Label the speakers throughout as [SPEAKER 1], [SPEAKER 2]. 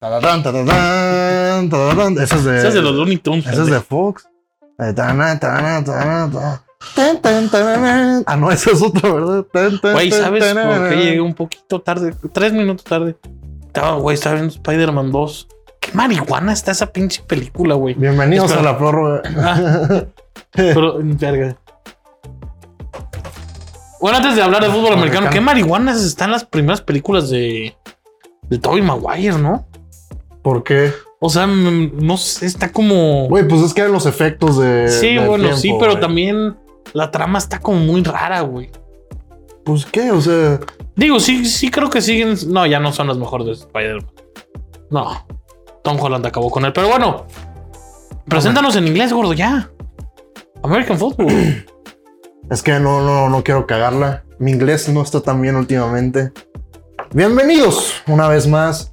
[SPEAKER 1] tararán, tararán, tararán. Eso es de.
[SPEAKER 2] Esa es de los Looney Tunes.
[SPEAKER 1] eso es de Fox. Eh, tararán, tararán, tararán, tararán. Tan, tan, tararán. Ah, no, esa es otra, ¿verdad? Tan, tan,
[SPEAKER 2] Güey,
[SPEAKER 1] tan,
[SPEAKER 2] ¿sabes
[SPEAKER 1] tararán.
[SPEAKER 2] por qué llegué un poquito tarde? Tres minutos tarde. Estaba, güey, estaba viendo Spider-Man 2. Qué marihuana está esa pinche película, güey.
[SPEAKER 1] Bienvenidos
[SPEAKER 2] Espera.
[SPEAKER 1] a la prórroga.
[SPEAKER 2] Ah, pero, verga. Bueno, antes de hablar de fútbol americano,
[SPEAKER 1] Americano.
[SPEAKER 2] qué marihuanas están las primeras películas de, de Tobey Maguire, ¿no?
[SPEAKER 1] ¿Por qué?
[SPEAKER 2] O sea, mm, no sé, está como.
[SPEAKER 1] Güey, pues es que eran los efectos de.
[SPEAKER 2] sí,
[SPEAKER 1] del
[SPEAKER 2] bueno, sí,
[SPEAKER 1] tiempo,
[SPEAKER 2] pero
[SPEAKER 1] güey.
[SPEAKER 2] también la trama está como muy rara, güey.
[SPEAKER 1] Pues qué, o sea.
[SPEAKER 2] Digo, sí, sí creo que siguen. No, ya no son las mejores de Spider-Man. No. Tom Holland acabó con él. Pero bueno. Preséntanos en inglés, gordo, ya. American Football.
[SPEAKER 1] Es que no, no, no quiero cagarla. Mi inglés no está tan bien últimamente. Bienvenidos una vez más.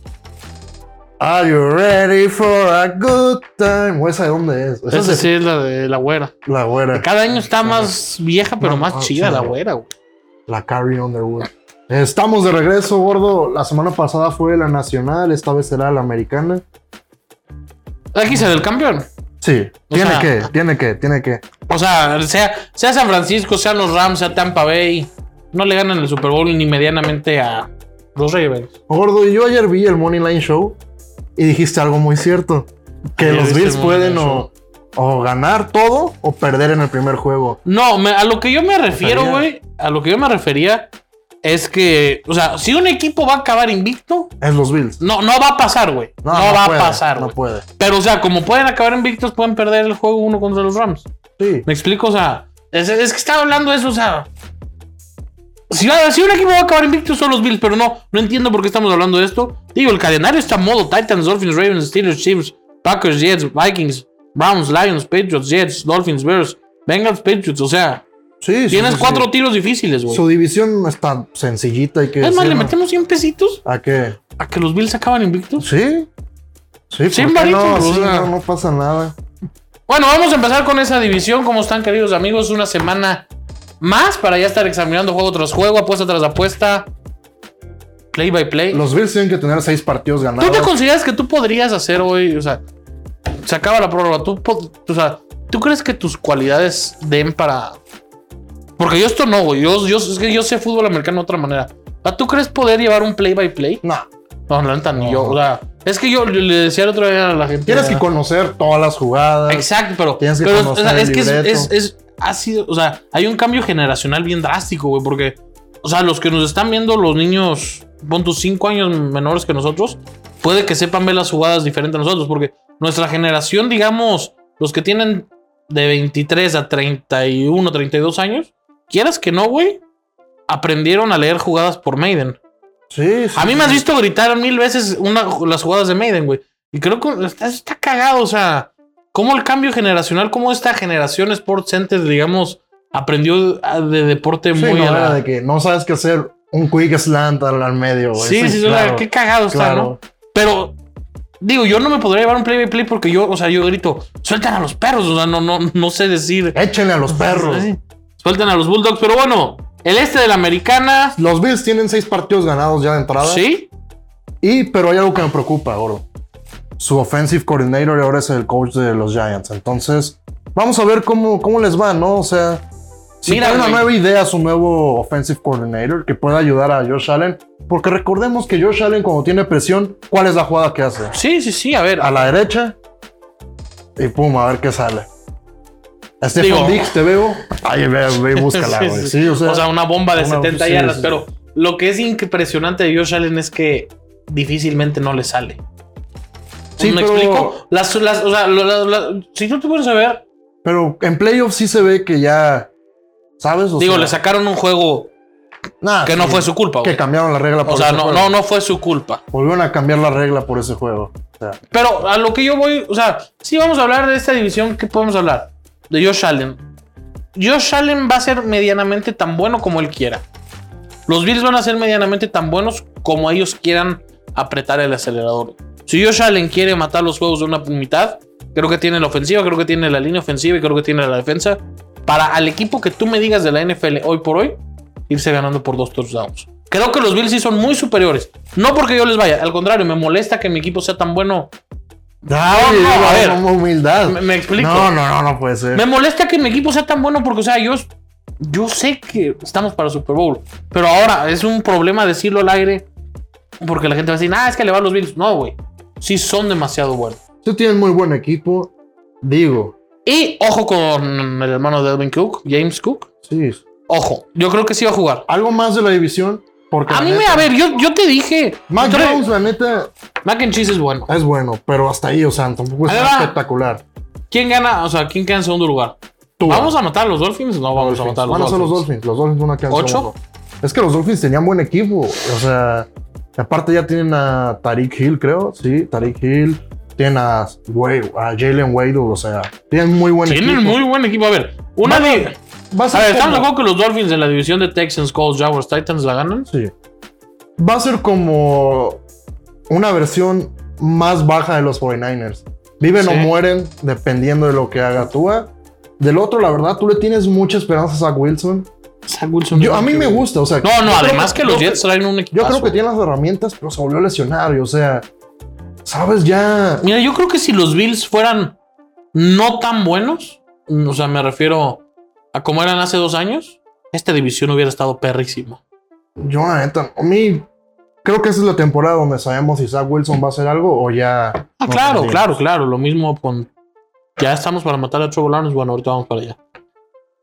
[SPEAKER 1] Are you ready for a good time? ¿O esa de dónde es? Esa es
[SPEAKER 2] Esa
[SPEAKER 1] de
[SPEAKER 2] sí es la de la güera.
[SPEAKER 1] la güera.
[SPEAKER 2] Cada año está más vieja, pero
[SPEAKER 1] No,
[SPEAKER 2] más
[SPEAKER 1] no,
[SPEAKER 2] chida
[SPEAKER 1] sí.
[SPEAKER 2] la güera, güey.
[SPEAKER 1] La Carrie Underwood. Estamos de regreso, gordo. La semana pasada fue la nacional, esta vez será la americana.
[SPEAKER 2] Aquí será el campeón.
[SPEAKER 1] Sí,
[SPEAKER 2] O
[SPEAKER 1] tiene
[SPEAKER 2] sea-
[SPEAKER 1] que, tiene que, tiene que.
[SPEAKER 2] O sea, sea, sea San Francisco, sean los Rams, sea Tampa Bay. No le ganan el Super Bowl ni medianamente a los Ravens.
[SPEAKER 1] Gordo, yo ayer vi el Money Line Show y dijiste algo muy cierto. Que
[SPEAKER 2] Ayer
[SPEAKER 1] los
[SPEAKER 2] viste el
[SPEAKER 1] Bills
[SPEAKER 2] Money
[SPEAKER 1] pueden
[SPEAKER 2] Line
[SPEAKER 1] o, o ganar todo o perder en el primer juego.
[SPEAKER 2] No, me- a lo que yo me refiero,
[SPEAKER 1] Refería.
[SPEAKER 2] güey, a lo que yo me refería es que, o sea, si un equipo va a acabar invicto,
[SPEAKER 1] Es los Bills.
[SPEAKER 2] no, no va a pasar, güey. No, va
[SPEAKER 1] puede,
[SPEAKER 2] a pasar,
[SPEAKER 1] No
[SPEAKER 2] güey.
[SPEAKER 1] puede.
[SPEAKER 2] Pero, o sea, como pueden acabar invictos, pueden perder el juego uno contra los Rams.
[SPEAKER 1] Sí.
[SPEAKER 2] ¿Me explico? O sea, es, es que estaba hablando de eso, o sea. Si, va- si un equipo va a acabar invicto son los Bills, pero no, no entiendo por qué estamos hablando de esto. Digo, el calendario está a modo Titans, Dolphins, Ravens, Steelers, Chiefs, Packers, Jets, Vikings, Browns, Lions, Patriots, Jets, Dolphins, Bears, Bengals, Patriots, o sea,
[SPEAKER 1] Sí, sí,
[SPEAKER 2] Tienes
[SPEAKER 1] sí,
[SPEAKER 2] cuatro
[SPEAKER 1] sí.
[SPEAKER 2] tiros difíciles, güey.
[SPEAKER 1] Su división está sencillita y que.
[SPEAKER 2] Es más,
[SPEAKER 1] decir,
[SPEAKER 2] le
[SPEAKER 1] ¿no?
[SPEAKER 2] metemos 100 pesitos
[SPEAKER 1] ¿A qué?
[SPEAKER 2] a que los Bills acaban invictos.
[SPEAKER 1] Sí. Sí,
[SPEAKER 2] Sí,
[SPEAKER 1] ¿por qué
[SPEAKER 2] marico,
[SPEAKER 1] no?
[SPEAKER 2] o
[SPEAKER 1] Sí,
[SPEAKER 2] sea.
[SPEAKER 1] no, no pasa nada.
[SPEAKER 2] Bueno, vamos a empezar con esa división. ¿Cómo están, queridos amigos? Una semana más para ya estar examinando juego tras juego, apuesta tras apuesta, play by play.
[SPEAKER 1] Los Bills tienen que tener seis partidos
[SPEAKER 2] ¿Tú te
[SPEAKER 1] ganados.
[SPEAKER 2] consideras que tú podrías hacer hoy? O sea, se acaba la prórroga. ¿Tú, po- o sea, ¿tú crees que tus cualidades den para.? Porque yo esto no, güey. Yo, yo, es que yo sé fútbol americano de otra manera. Ah, ¿Tú crees poder llevar un play by play?
[SPEAKER 1] No.
[SPEAKER 2] No, la neta, ni
[SPEAKER 1] No.
[SPEAKER 2] yo. O sea, es que yo le decía el otro día a la gente.
[SPEAKER 1] Tienes que conocer todas las jugadas.
[SPEAKER 2] Exacto, pero.
[SPEAKER 1] Tienes que
[SPEAKER 2] pero, o
[SPEAKER 1] conocer
[SPEAKER 2] sea,
[SPEAKER 1] el
[SPEAKER 2] es que es,
[SPEAKER 1] libreto.
[SPEAKER 2] es- es- Ha sido. O sea, hay un cambio generacional bien drástico, güey, porque. O sea, los que nos están viendo, los niños, pon tus cinco años menores que nosotros, puede que sepan ver las jugadas diferentes a nosotros, porque nuestra generación, digamos, los que tienen de 23 a 31, 32 años, quieras que no, güey, aprendieron a leer jugadas por Maiden.
[SPEAKER 1] Sí, sí,
[SPEAKER 2] A mí
[SPEAKER 1] sí.
[SPEAKER 2] me has visto gritar mil veces una, las jugadas de Maiden, güey. Y creo que está, está cagado, o sea, cómo el cambio generacional, cómo esta generación Sports Center, digamos, aprendió a- de deporte
[SPEAKER 1] Sí,
[SPEAKER 2] muy
[SPEAKER 1] no,
[SPEAKER 2] a la-
[SPEAKER 1] era de que no sabes qué hacer un quick slant al, al medio, güey.
[SPEAKER 2] Sí, sí, sí, o sea, qué cagado está, ¿no?
[SPEAKER 1] claro.
[SPEAKER 2] Pero digo, yo no me podría llevar un play by play porque yo, o sea, yo grito, sueltan a los perros, o sea, no no no sé decir
[SPEAKER 1] Échenle a los perros.
[SPEAKER 2] Pues, Sí, Sueltan a los Bulldogs, pero bueno, el este de la Americana,
[SPEAKER 1] Los Bills tienen seis partidos ganados ya de entrada.
[SPEAKER 2] ¿sí?
[SPEAKER 1] Y, pero hay algo que me preocupa, Oro. Su offensive coordinator ahora es el coach de los Giants. Entonces, vamos a ver cómo, cómo les va, ¿no? O sea, si
[SPEAKER 2] Mira,
[SPEAKER 1] tiene una
[SPEAKER 2] güey.
[SPEAKER 1] nueva idea su nuevo offensive coordinator que pueda ayudar a Josh Allen. Porque recordemos que Josh Allen, cuando tiene presión, ¿cuál es la jugada que hace?
[SPEAKER 2] Sí, sí, sí, a ver.
[SPEAKER 1] A la derecha y pum, a ver qué sale.
[SPEAKER 2] Digo-
[SPEAKER 1] Stephen Dix, te veo. Ahí ve, ve y búscala,
[SPEAKER 2] Sí,
[SPEAKER 1] güey.
[SPEAKER 2] sí.
[SPEAKER 1] Sí, o sea,
[SPEAKER 2] una bomba de
[SPEAKER 1] una-
[SPEAKER 2] 70
[SPEAKER 1] sí,
[SPEAKER 2] yardas.
[SPEAKER 1] sí.
[SPEAKER 2] Pero lo que es impresionante de Josh Allen es que difícilmente no le sale.
[SPEAKER 1] Sí,
[SPEAKER 2] ¿Me
[SPEAKER 1] pero-
[SPEAKER 2] explico? Las, las- o sea, lo- lo- lo- si no te puedes saber,
[SPEAKER 1] pero en playoffs sí se ve que ya. ¿Sabes? O
[SPEAKER 2] digo,
[SPEAKER 1] sea,
[SPEAKER 2] le sacaron un juego
[SPEAKER 1] nah,
[SPEAKER 2] que no
[SPEAKER 1] sí,
[SPEAKER 2] fue su culpa,
[SPEAKER 1] Que
[SPEAKER 2] güey.
[SPEAKER 1] cambiaron la regla por
[SPEAKER 2] O sea,
[SPEAKER 1] ese
[SPEAKER 2] no,
[SPEAKER 1] juego.
[SPEAKER 2] no, no fue su culpa.
[SPEAKER 1] Volvieron a cambiar la regla por ese juego. O sea,
[SPEAKER 2] Pero a lo que yo voy, o sea, si vamos a hablar de esta división, ¿qué podemos hablar? De Josh Allen. Josh Allen va a ser medianamente tan bueno como él quiera. Los Bills van a ser medianamente tan buenos como ellos quieran apretar el acelerador. Si Josh Allen quiere matar los juegos de una mitad, creo que tiene la ofensiva, creo que tiene la línea ofensiva y creo que tiene la defensa. Para al equipo que tú me digas de la NFL hoy por hoy, irse ganando por dos touchdowns. Creo que los Bills sí son muy superiores. No porque yo les vaya, al contrario, me molesta que mi equipo sea tan bueno.
[SPEAKER 1] Ay,
[SPEAKER 2] no, a ver.
[SPEAKER 1] como humildad.
[SPEAKER 2] Me- me explico.
[SPEAKER 1] No, no, no, no puede ser.
[SPEAKER 2] Me molesta que mi equipo sea tan bueno porque, o sea, yo, yo sé que estamos para Super Bowl. Pero ahora es un problema decirlo al aire porque la gente va a decir, ah, es que le va a los Bills. No, güey. Sí son demasiado buenos.
[SPEAKER 1] Tú tienes muy buen equipo. Digo,
[SPEAKER 2] Y ojo con el hermano de Edwin Cook, James Cook.
[SPEAKER 1] sí.
[SPEAKER 2] Ojo, yo creo que sí va a jugar.
[SPEAKER 1] Algo más de la división. Porque
[SPEAKER 2] A
[SPEAKER 1] la
[SPEAKER 2] mí me,
[SPEAKER 1] neta,
[SPEAKER 2] a ver, yo, yo te dije.
[SPEAKER 1] Mac
[SPEAKER 2] Tre-
[SPEAKER 1] Jones, la neta,
[SPEAKER 2] Mac and Cheese es bueno.
[SPEAKER 1] es bueno, pero hasta ahí, o sea, tampoco es
[SPEAKER 2] Ahí
[SPEAKER 1] tan
[SPEAKER 2] va.
[SPEAKER 1] espectacular.
[SPEAKER 2] ¿Quién gana? O sea, ¿quién queda en segundo lugar?
[SPEAKER 1] Tú.
[SPEAKER 2] ¿Vamos a matar a los Dolphins? No, vamos a matar a los
[SPEAKER 1] Van a ser los
[SPEAKER 2] Dolphins.
[SPEAKER 1] Dolphins. Los Dolphins van a quedar
[SPEAKER 2] ¿Ocho?
[SPEAKER 1] segundo. Es que los Dolphins tenían buen equipo. O sea, y aparte ya tienen a Tariq Hill, creo. Sí, Tariq Hill. Tienen a, Wade- a Jalen Wade. O sea, tienen muy buen equipo.
[SPEAKER 2] Tienen muy buen equipo. A ver, una
[SPEAKER 1] Van a-
[SPEAKER 2] de.
[SPEAKER 1] Va a
[SPEAKER 2] A
[SPEAKER 1] ser
[SPEAKER 2] ver, ¿estamos de
[SPEAKER 1] como-
[SPEAKER 2] acuerdo que los Dolphins en la división de Texans, Colts, Jaguars, Titans la ganan?
[SPEAKER 1] Sí. Va a ser como una versión más baja de los 49ers. Viven o
[SPEAKER 2] Sí.
[SPEAKER 1] mueren dependiendo de lo que haga Tua. Del otro, la verdad, tú le tienes mucha esperanza a Zach Wilson.
[SPEAKER 2] Zach Wilson.
[SPEAKER 1] Yo, a mí me gusta, o sea.
[SPEAKER 2] No, no,
[SPEAKER 1] yo creo
[SPEAKER 2] además que,
[SPEAKER 1] yo
[SPEAKER 2] los
[SPEAKER 1] creo-
[SPEAKER 2] Jets traen un equipo.
[SPEAKER 1] Yo creo que tiene las herramientas, pero se volvió a lesionar. Y, o sea, sabes ya.
[SPEAKER 2] Mira, yo creo que si los Bills fueran no tan buenos, mm, o sea, me refiero a como eran hace dos años, esta división hubiera estado perrísima.
[SPEAKER 1] Yo, la neta, a mí. Creo que esa es la temporada donde sabemos si Zach Wilson va a hacer algo o ya.
[SPEAKER 2] Ah,
[SPEAKER 1] no
[SPEAKER 2] claro,
[SPEAKER 1] sé.
[SPEAKER 2] claro, claro. Lo mismo con. Ya estamos para matar a Trevor Lawrence. Bueno, ahorita vamos para allá.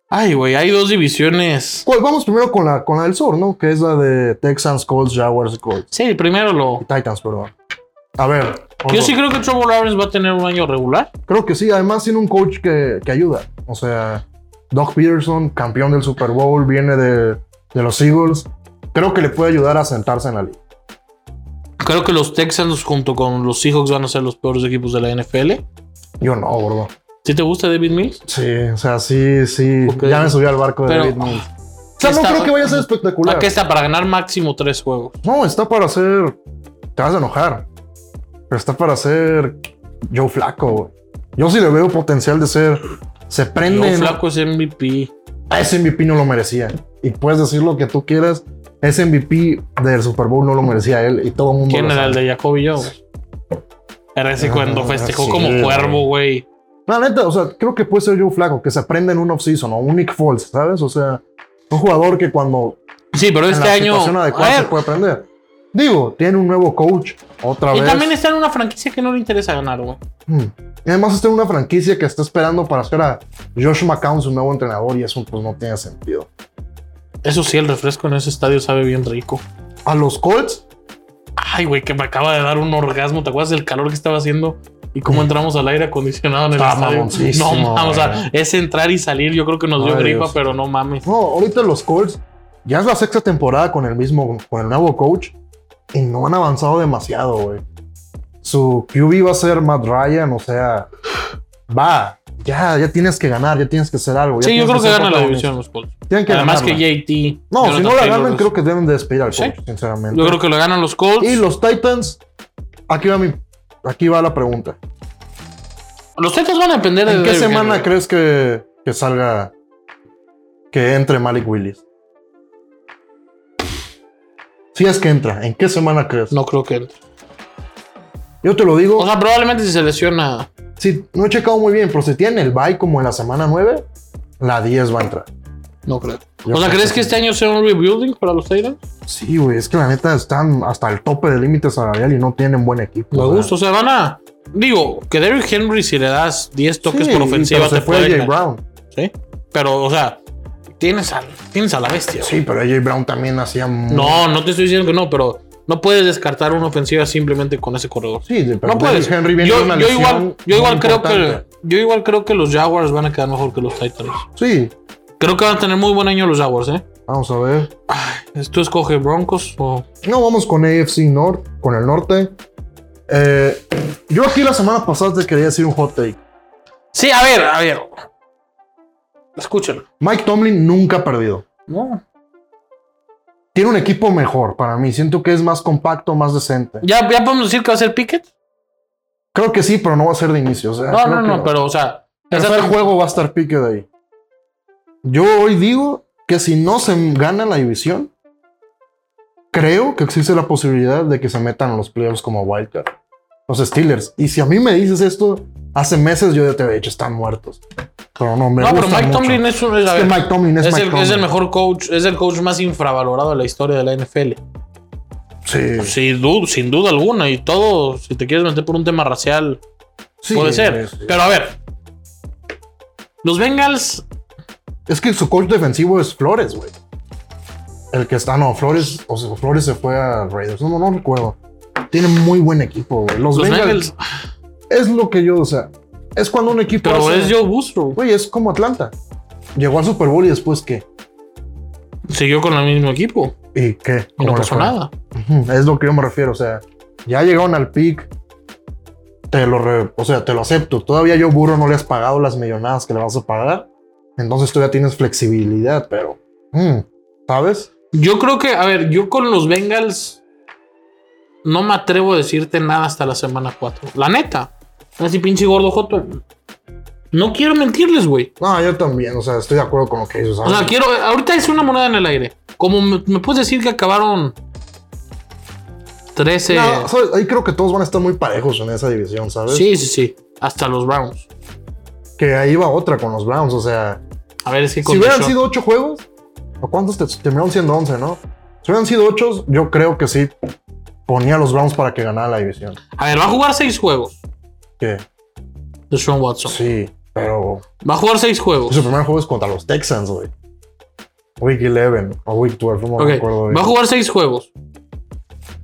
[SPEAKER 2] Ay, güey, hay dos divisiones.
[SPEAKER 1] ¿Cuál? Pues, Vamos primero con la, con la del sur, ¿no? Que es la de Texans, Colts, Jaguars y Colts.
[SPEAKER 2] Sí, primero lo.
[SPEAKER 1] Titans, perdón. A ver.
[SPEAKER 2] Yo
[SPEAKER 1] Orlando,
[SPEAKER 2] sí creo que Trevor Lawrence va a tener un año regular.
[SPEAKER 1] creo que sí. Además, tiene un coach que, que ayuda. O sea, Doug Peterson, campeón del Super Bowl, viene de, de los Eagles. Creo que le puede ayudar a sentarse en la liga.
[SPEAKER 2] Creo que los Texans junto con los Seahawks van a ser los peores equipos de la NFL.
[SPEAKER 1] Yo no, gordo.
[SPEAKER 2] ¿Sí te gusta David Mills?
[SPEAKER 1] Sí, o sea, sí, sí.
[SPEAKER 2] Ok.
[SPEAKER 1] Ya me subí al barco de
[SPEAKER 2] Pero-
[SPEAKER 1] David Mills. O sea, no
[SPEAKER 2] Está-
[SPEAKER 1] creo que vaya a ser
[SPEAKER 2] ¿Para
[SPEAKER 1] espectacular.
[SPEAKER 2] qué está? Para ganar máximo tres juegos.
[SPEAKER 1] No, está para ser. Te vas a enojar. Pero está para ser Joe Flaco, güey. Yo sí le veo potencial de ser. Se
[SPEAKER 2] Yo
[SPEAKER 1] prende. en-
[SPEAKER 2] flaco es MVP.
[SPEAKER 1] ese MVP no lo merecía. Y puedes decir lo que tú quieras. Ese MVP del Super Bowl no lo merecía él y todo el mundo.
[SPEAKER 2] ¿Quién
[SPEAKER 1] lo
[SPEAKER 2] era el
[SPEAKER 1] sabe.
[SPEAKER 2] de Jacoby Jones? Era ese
[SPEAKER 1] Ah,
[SPEAKER 2] cuando festejó
[SPEAKER 1] sí,
[SPEAKER 2] como
[SPEAKER 1] güey.
[SPEAKER 2] cuervo, güey.
[SPEAKER 1] La neta, o sea, creo que puede ser Joe Flaco, que se aprende en un offseason o un Nick Foles, ¿sabes? O sea, un jugador que cuando
[SPEAKER 2] Sí, pero
[SPEAKER 1] en
[SPEAKER 2] este
[SPEAKER 1] la
[SPEAKER 2] año.
[SPEAKER 1] situación adecuada
[SPEAKER 2] a
[SPEAKER 1] se
[SPEAKER 2] ver,
[SPEAKER 1] puede aprender. Digo, tiene un nuevo coach, otra
[SPEAKER 2] y
[SPEAKER 1] vez.
[SPEAKER 2] también está en una franquicia que no le interesa ganar, güey.
[SPEAKER 1] Mm. Y además está en una franquicia que está esperando para hacer a Josh McCown su nuevo entrenador y eso pues no tiene sentido.
[SPEAKER 2] Eso sí, el refresco en ese estadio sabe bien rico.
[SPEAKER 1] A los Colts,
[SPEAKER 2] Ay, güey, que me acaba de dar un orgasmo. ¿Te acuerdas del calor que estaba haciendo? Y cómo entramos al aire acondicionado en el
[SPEAKER 1] Estaba
[SPEAKER 2] estadio.
[SPEAKER 1] mamoncísimo,
[SPEAKER 2] No, mames, o sea,
[SPEAKER 1] güey.
[SPEAKER 2] es entrar y salir. Yo creo que nos dio
[SPEAKER 1] Ay,
[SPEAKER 2] gripa,
[SPEAKER 1] Dios.
[SPEAKER 2] pero no mames.
[SPEAKER 1] No, ahorita los Colts ya es la sexta temporada con el mismo, con el nuevo coach y no han avanzado demasiado, güey. Su QB va a ser Matt Ryan, o sea, va, ya, ya tienes que ganar, ya tienes que hacer algo. ya
[SPEAKER 2] Sí, yo
[SPEAKER 1] tienes
[SPEAKER 2] creo que
[SPEAKER 1] ser
[SPEAKER 2] gana la
[SPEAKER 1] protagonista.
[SPEAKER 2] división los Colts.
[SPEAKER 1] Tienen que
[SPEAKER 2] Además
[SPEAKER 1] ganarla.
[SPEAKER 2] que JT.
[SPEAKER 1] No, si
[SPEAKER 2] Jonathan
[SPEAKER 1] no la
[SPEAKER 2] Taylor
[SPEAKER 1] ganan,
[SPEAKER 2] es-
[SPEAKER 1] creo que deben de despedir al
[SPEAKER 2] Sí.
[SPEAKER 1] coach, sinceramente.
[SPEAKER 2] Yo creo que lo ganan los Colts.
[SPEAKER 1] Y los Titans, aquí va mi, aquí va la pregunta.
[SPEAKER 2] Los Titans van a depender de.
[SPEAKER 1] ¿En qué
[SPEAKER 2] Derrick
[SPEAKER 1] semana
[SPEAKER 2] Henry.
[SPEAKER 1] crees que, que salga, que entre Malik Willis? Si es que entra, ¿en qué semana crees?
[SPEAKER 2] No creo que entre.
[SPEAKER 1] Yo te lo digo,
[SPEAKER 2] O sea, probablemente si se lesiona.
[SPEAKER 1] si no he checado muy bien, pero si tiene el bye como en la semana 9, la 10 va a entrar.
[SPEAKER 2] No creo.
[SPEAKER 1] Yo
[SPEAKER 2] o sea,
[SPEAKER 1] creo
[SPEAKER 2] ¿crees
[SPEAKER 1] que
[SPEAKER 2] que
[SPEAKER 1] sí.
[SPEAKER 2] este año sea un rebuilding para los Titans?
[SPEAKER 1] Sí, güey, es que la neta están hasta el tope del límite salarial y no tienen buen equipo.
[SPEAKER 2] Me
[SPEAKER 1] ¿verdad?
[SPEAKER 2] gusta. O sea, van a. Digo, que Derrick Henry, si le das 10 toques
[SPEAKER 1] Sí,
[SPEAKER 2] por ofensiva,
[SPEAKER 1] pero se
[SPEAKER 2] te
[SPEAKER 1] fue
[SPEAKER 2] puede.
[SPEAKER 1] AJ
[SPEAKER 2] ganar,
[SPEAKER 1] Brown.
[SPEAKER 2] ¿sí? Pero, o sea, tienes a, tienes a la bestia.
[SPEAKER 1] Sí, pero AJ Brown también hacía. muy-
[SPEAKER 2] No, no te estoy diciendo que no, pero no puedes descartar una ofensiva simplemente con ese corredor.
[SPEAKER 1] Sí, pero
[SPEAKER 2] No puedes.
[SPEAKER 1] Derrick Henry viene de
[SPEAKER 2] yo,
[SPEAKER 1] una
[SPEAKER 2] yo
[SPEAKER 1] lesión
[SPEAKER 2] igual, yo
[SPEAKER 1] muy
[SPEAKER 2] igual creo que.
[SPEAKER 1] importante.
[SPEAKER 2] Yo igual creo que los Jaguars van a quedar mejor que los Titans.
[SPEAKER 1] Sí,
[SPEAKER 2] Creo que van a tener muy buen año los Jaguars, ¿eh?
[SPEAKER 1] vamos a ver.
[SPEAKER 2] ¿Tú escoge Broncos o.?
[SPEAKER 1] No, vamos con AFC North, con el norte. Eh, yo aquí la semana pasada te quería decir un hot take.
[SPEAKER 2] Sí, a ver, a ver. Escúchalo.
[SPEAKER 1] Mike Tomlin nunca ha perdido.
[SPEAKER 2] No.
[SPEAKER 1] Tiene un equipo mejor para mí. Siento que es más compacto, más decente.
[SPEAKER 2] ¿Ya, ya podemos decir que va a ser Pickett?
[SPEAKER 1] Creo que sí, pero no va a ser de inicio. o sea,
[SPEAKER 2] No,
[SPEAKER 1] Ah, creo
[SPEAKER 2] no,
[SPEAKER 1] que
[SPEAKER 2] no, pero, o sea.
[SPEAKER 1] El
[SPEAKER 2] esa-
[SPEAKER 1] tercer juego va a estar pique de ahí. Yo hoy digo que si no se gana la división, creo que existe la posibilidad de que se metan a los playoffs como wildcard. Los Steelers. Y si a mí me dices esto, hace meses yo ya te había dicho, están muertos. Pero no me
[SPEAKER 2] No, pero
[SPEAKER 1] gusta
[SPEAKER 2] Mike
[SPEAKER 1] mucho.
[SPEAKER 2] Tomlin es un.
[SPEAKER 1] Es que Mike Tomlin es,
[SPEAKER 2] es
[SPEAKER 1] Mike
[SPEAKER 2] el,
[SPEAKER 1] Tomlin.
[SPEAKER 2] es el mejor coach, es el coach más infravalorado de la historia de la NFL.
[SPEAKER 1] Sí.
[SPEAKER 2] Sin, du- sin duda alguna. Y todo, si te quieres meter por un tema racial,
[SPEAKER 1] Sí,
[SPEAKER 2] puede ser.
[SPEAKER 1] Es,
[SPEAKER 2] Pero a ver. Los Bengals.
[SPEAKER 1] es que su coach defensivo es Flores, güey. El que está, no, Flores, o sea, Flores se fue a Raiders. No, no recuerdo. Tienen muy buen equipo, güey. Los,
[SPEAKER 2] Los,
[SPEAKER 1] Bengals, ah,
[SPEAKER 2] Bengals.
[SPEAKER 1] es lo que yo, o sea, es cuando un equipo.
[SPEAKER 2] Pero
[SPEAKER 1] hace-
[SPEAKER 2] es Joe Bustro.
[SPEAKER 1] Güey, es como Atlanta. Llegó al Super Bowl y después qué.
[SPEAKER 2] Siguió con el mismo equipo.
[SPEAKER 1] ¿Y qué?
[SPEAKER 2] Y
[SPEAKER 1] ¿Cómo
[SPEAKER 2] no
[SPEAKER 1] le
[SPEAKER 2] pasó
[SPEAKER 1] fue?
[SPEAKER 2] nada.
[SPEAKER 1] Ujú, Es lo que yo me refiero. O sea, ya llegaron al pick. Te lo re- o sea, te lo acepto. Todavía yo, burro, no le has pagado las millonadas que le vas a pagar. Entonces tú ya tienes flexibilidad, pero. mm, ¿Sabes?
[SPEAKER 2] Yo creo que, a ver, yo con los Bengals. No me atrevo a decirte nada hasta la semana 4. La neta. Así pinche gordo Joto. No quiero mentirles, güey.
[SPEAKER 1] No, yo también. O sea, estoy de acuerdo con lo que dices.
[SPEAKER 2] O
[SPEAKER 1] ¿sabes?
[SPEAKER 2] sea, quiero. Ahorita es una moneda en el aire. Como me, me puedes decir que acabaron 13.
[SPEAKER 1] No, ¿sabes? Ahí creo que todos van a estar muy parejos en esa división, ¿sabes?
[SPEAKER 2] sí, sí, sí. Hasta los Browns.
[SPEAKER 1] Que ahí va otra con los Browns. O sea,
[SPEAKER 2] A ver, es que
[SPEAKER 1] si hubieran
[SPEAKER 2] Deshaun-
[SPEAKER 1] sido ocho juegos, ¿o cuántos te- terminaron siendo once, no? Si hubieran sido ocho, yo creo que sí ponía a los Browns para que ganara la división.
[SPEAKER 2] A ver, va a jugar 6 juegos.
[SPEAKER 1] Que
[SPEAKER 2] De Sean Watson.
[SPEAKER 1] sí, pero
[SPEAKER 2] Va a jugar 6 juegos.
[SPEAKER 1] su primer juego es contra los Texans, güey. Week 11 o Week 12, no
[SPEAKER 2] Ok,
[SPEAKER 1] me acuerdo. bien.
[SPEAKER 2] Va a jugar 6 juegos.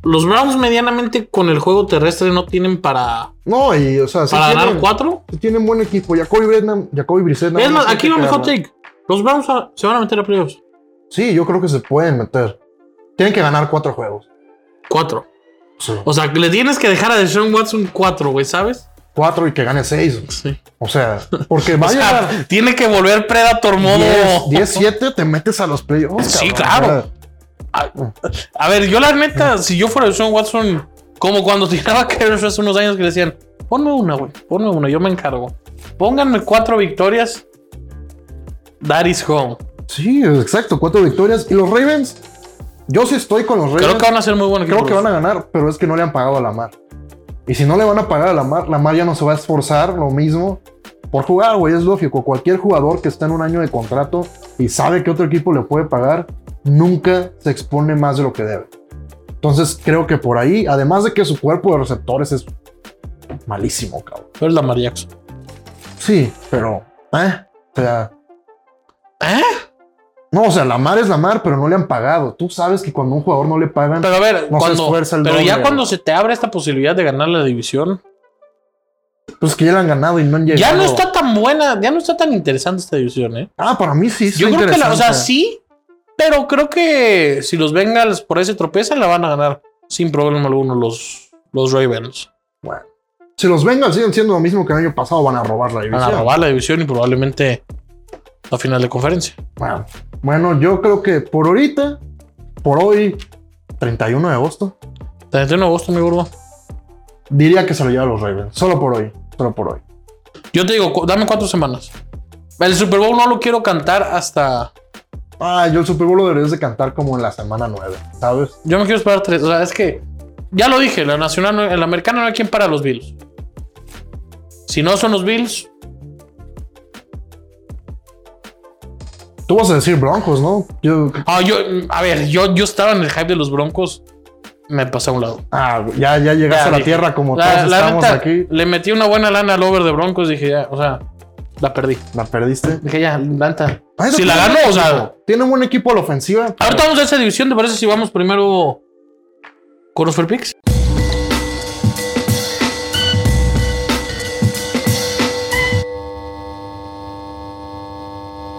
[SPEAKER 2] Los Browns medianamente con el juego terrestre no tienen para,
[SPEAKER 1] No, y o sea, sí
[SPEAKER 2] para ganar
[SPEAKER 1] tienen,
[SPEAKER 2] 4.
[SPEAKER 1] sí tienen buen equipo. Jacoby Brennan, Jacoby Brissett. nada
[SPEAKER 2] Es más,
[SPEAKER 1] más
[SPEAKER 2] aquí
[SPEAKER 1] tiene
[SPEAKER 2] va
[SPEAKER 1] que
[SPEAKER 2] mejor
[SPEAKER 1] ganar.
[SPEAKER 2] take. Los Browns a- se van a meter a playoffs.
[SPEAKER 1] Sí, yo creo que se pueden meter. Tienen que ganar cuatro juegos.
[SPEAKER 2] 4.
[SPEAKER 1] Sí.
[SPEAKER 2] O sea, que le tienes que dejar a Deshaun Watson 4, güey, ¿sabes?
[SPEAKER 1] Cuatro y que gane seis.
[SPEAKER 2] Sí.
[SPEAKER 1] O sea, porque va
[SPEAKER 2] O
[SPEAKER 1] a
[SPEAKER 2] sea,
[SPEAKER 1] llegar
[SPEAKER 2] tiene que volver Predator modo.
[SPEAKER 1] 10, 7 te metes a los playoffs.
[SPEAKER 2] Oh. Sí,
[SPEAKER 1] cabrón.
[SPEAKER 2] claro. A ver, yo la neta, si yo fuera Sean Watson, como cuando tiraba a Kerr hace unos años que le decían, ponme una, güey, ponme una, yo me encargo. Pónganme cuatro victorias. That is home.
[SPEAKER 1] Sí, exacto, cuatro victorias. Y los Ravens, yo sí estoy con los Ravens.
[SPEAKER 2] Creo que van a ser muy buenos.
[SPEAKER 1] Creo que van a ganar, pero es que no le han pagado a la mar. Y si no le van a pagar a la mar, la mar ya no se va a esforzar lo mismo por jugar, güey. Es lógico. Cualquier jugador que está en un año de contrato y sabe que otro equipo le puede pagar, nunca se expone más de lo que debe. Entonces creo que por ahí, además de que su cuerpo de receptores es malísimo, cabrón.
[SPEAKER 2] Pero es la Mar Jackson.
[SPEAKER 1] Sí, pero. ¿eh? O sea,
[SPEAKER 2] ¿Eh?
[SPEAKER 1] no, o sea, la mar es la mar, pero no le han pagado. Tú sabes que cuando a un jugador no le pagan.
[SPEAKER 2] Pero a ver,
[SPEAKER 1] No se
[SPEAKER 2] cuando,
[SPEAKER 1] esfuerza el
[SPEAKER 2] pero ya
[SPEAKER 1] doble,
[SPEAKER 2] cuando
[SPEAKER 1] güey.
[SPEAKER 2] se te abre esta posibilidad de ganar la división,
[SPEAKER 1] Pues que ya la han ganado y no han llegado.
[SPEAKER 2] ya no está tan buena, ya no está tan interesante esta división, ¿eh?
[SPEAKER 1] Ah, para mí sí.
[SPEAKER 2] Yo
[SPEAKER 1] está
[SPEAKER 2] creo que la, o sea,
[SPEAKER 1] interesante.
[SPEAKER 2] sí, pero creo que si los Bengals por ese tropezan, la van a ganar sin problema alguno los, los Ravens.
[SPEAKER 1] Bueno, si los Bengals siguen siendo lo mismo que el año pasado, van a robar la
[SPEAKER 2] Van a
[SPEAKER 1] división.
[SPEAKER 2] robar la división y probablemente a final de conferencia.
[SPEAKER 1] Bueno, bueno, yo creo que por ahorita, por hoy, 31 de agosto,
[SPEAKER 2] 31 de agosto, mi gordo.
[SPEAKER 1] diría que se lo lleva a los Ravens. Solo por hoy. Solo por hoy.
[SPEAKER 2] Yo te digo, cu- dame cuatro semanas. El Super Bowl no lo quiero cantar hasta.
[SPEAKER 1] Ah, yo el Super Bowl lo deberías de cantar como en la semana 9, ¿sabes?
[SPEAKER 2] Yo me quiero esperar tres. O sea, es que ya lo dije, la nacional, no- el americano no hay quien para los Bills. Si no son los Bills,
[SPEAKER 1] Tú vas a decir Broncos, ¿no? Yo,
[SPEAKER 2] ah, yo, a ver, yo, yo estaba en el hype de los Broncos, me pasé a un lado.
[SPEAKER 1] ah, ya, ya llegaste
[SPEAKER 2] Ya,
[SPEAKER 1] a la
[SPEAKER 2] dije.
[SPEAKER 1] tierra como
[SPEAKER 2] La,
[SPEAKER 1] todos
[SPEAKER 2] la
[SPEAKER 1] estamos
[SPEAKER 2] neta,
[SPEAKER 1] aquí.
[SPEAKER 2] le metí una buena lana al over de Broncos. Dije, ya, o sea, la perdí.
[SPEAKER 1] La perdiste.
[SPEAKER 2] Dije, ya, lanta.
[SPEAKER 1] Ah, eso
[SPEAKER 2] Si la
[SPEAKER 1] tiene
[SPEAKER 2] ganó,
[SPEAKER 1] buen
[SPEAKER 2] o sea-
[SPEAKER 1] equipo. Tiene un buen equipo a la ofensiva.
[SPEAKER 2] Ahorita vamos a esa división. ¿Te parece si vamos primero con los Fair Picks?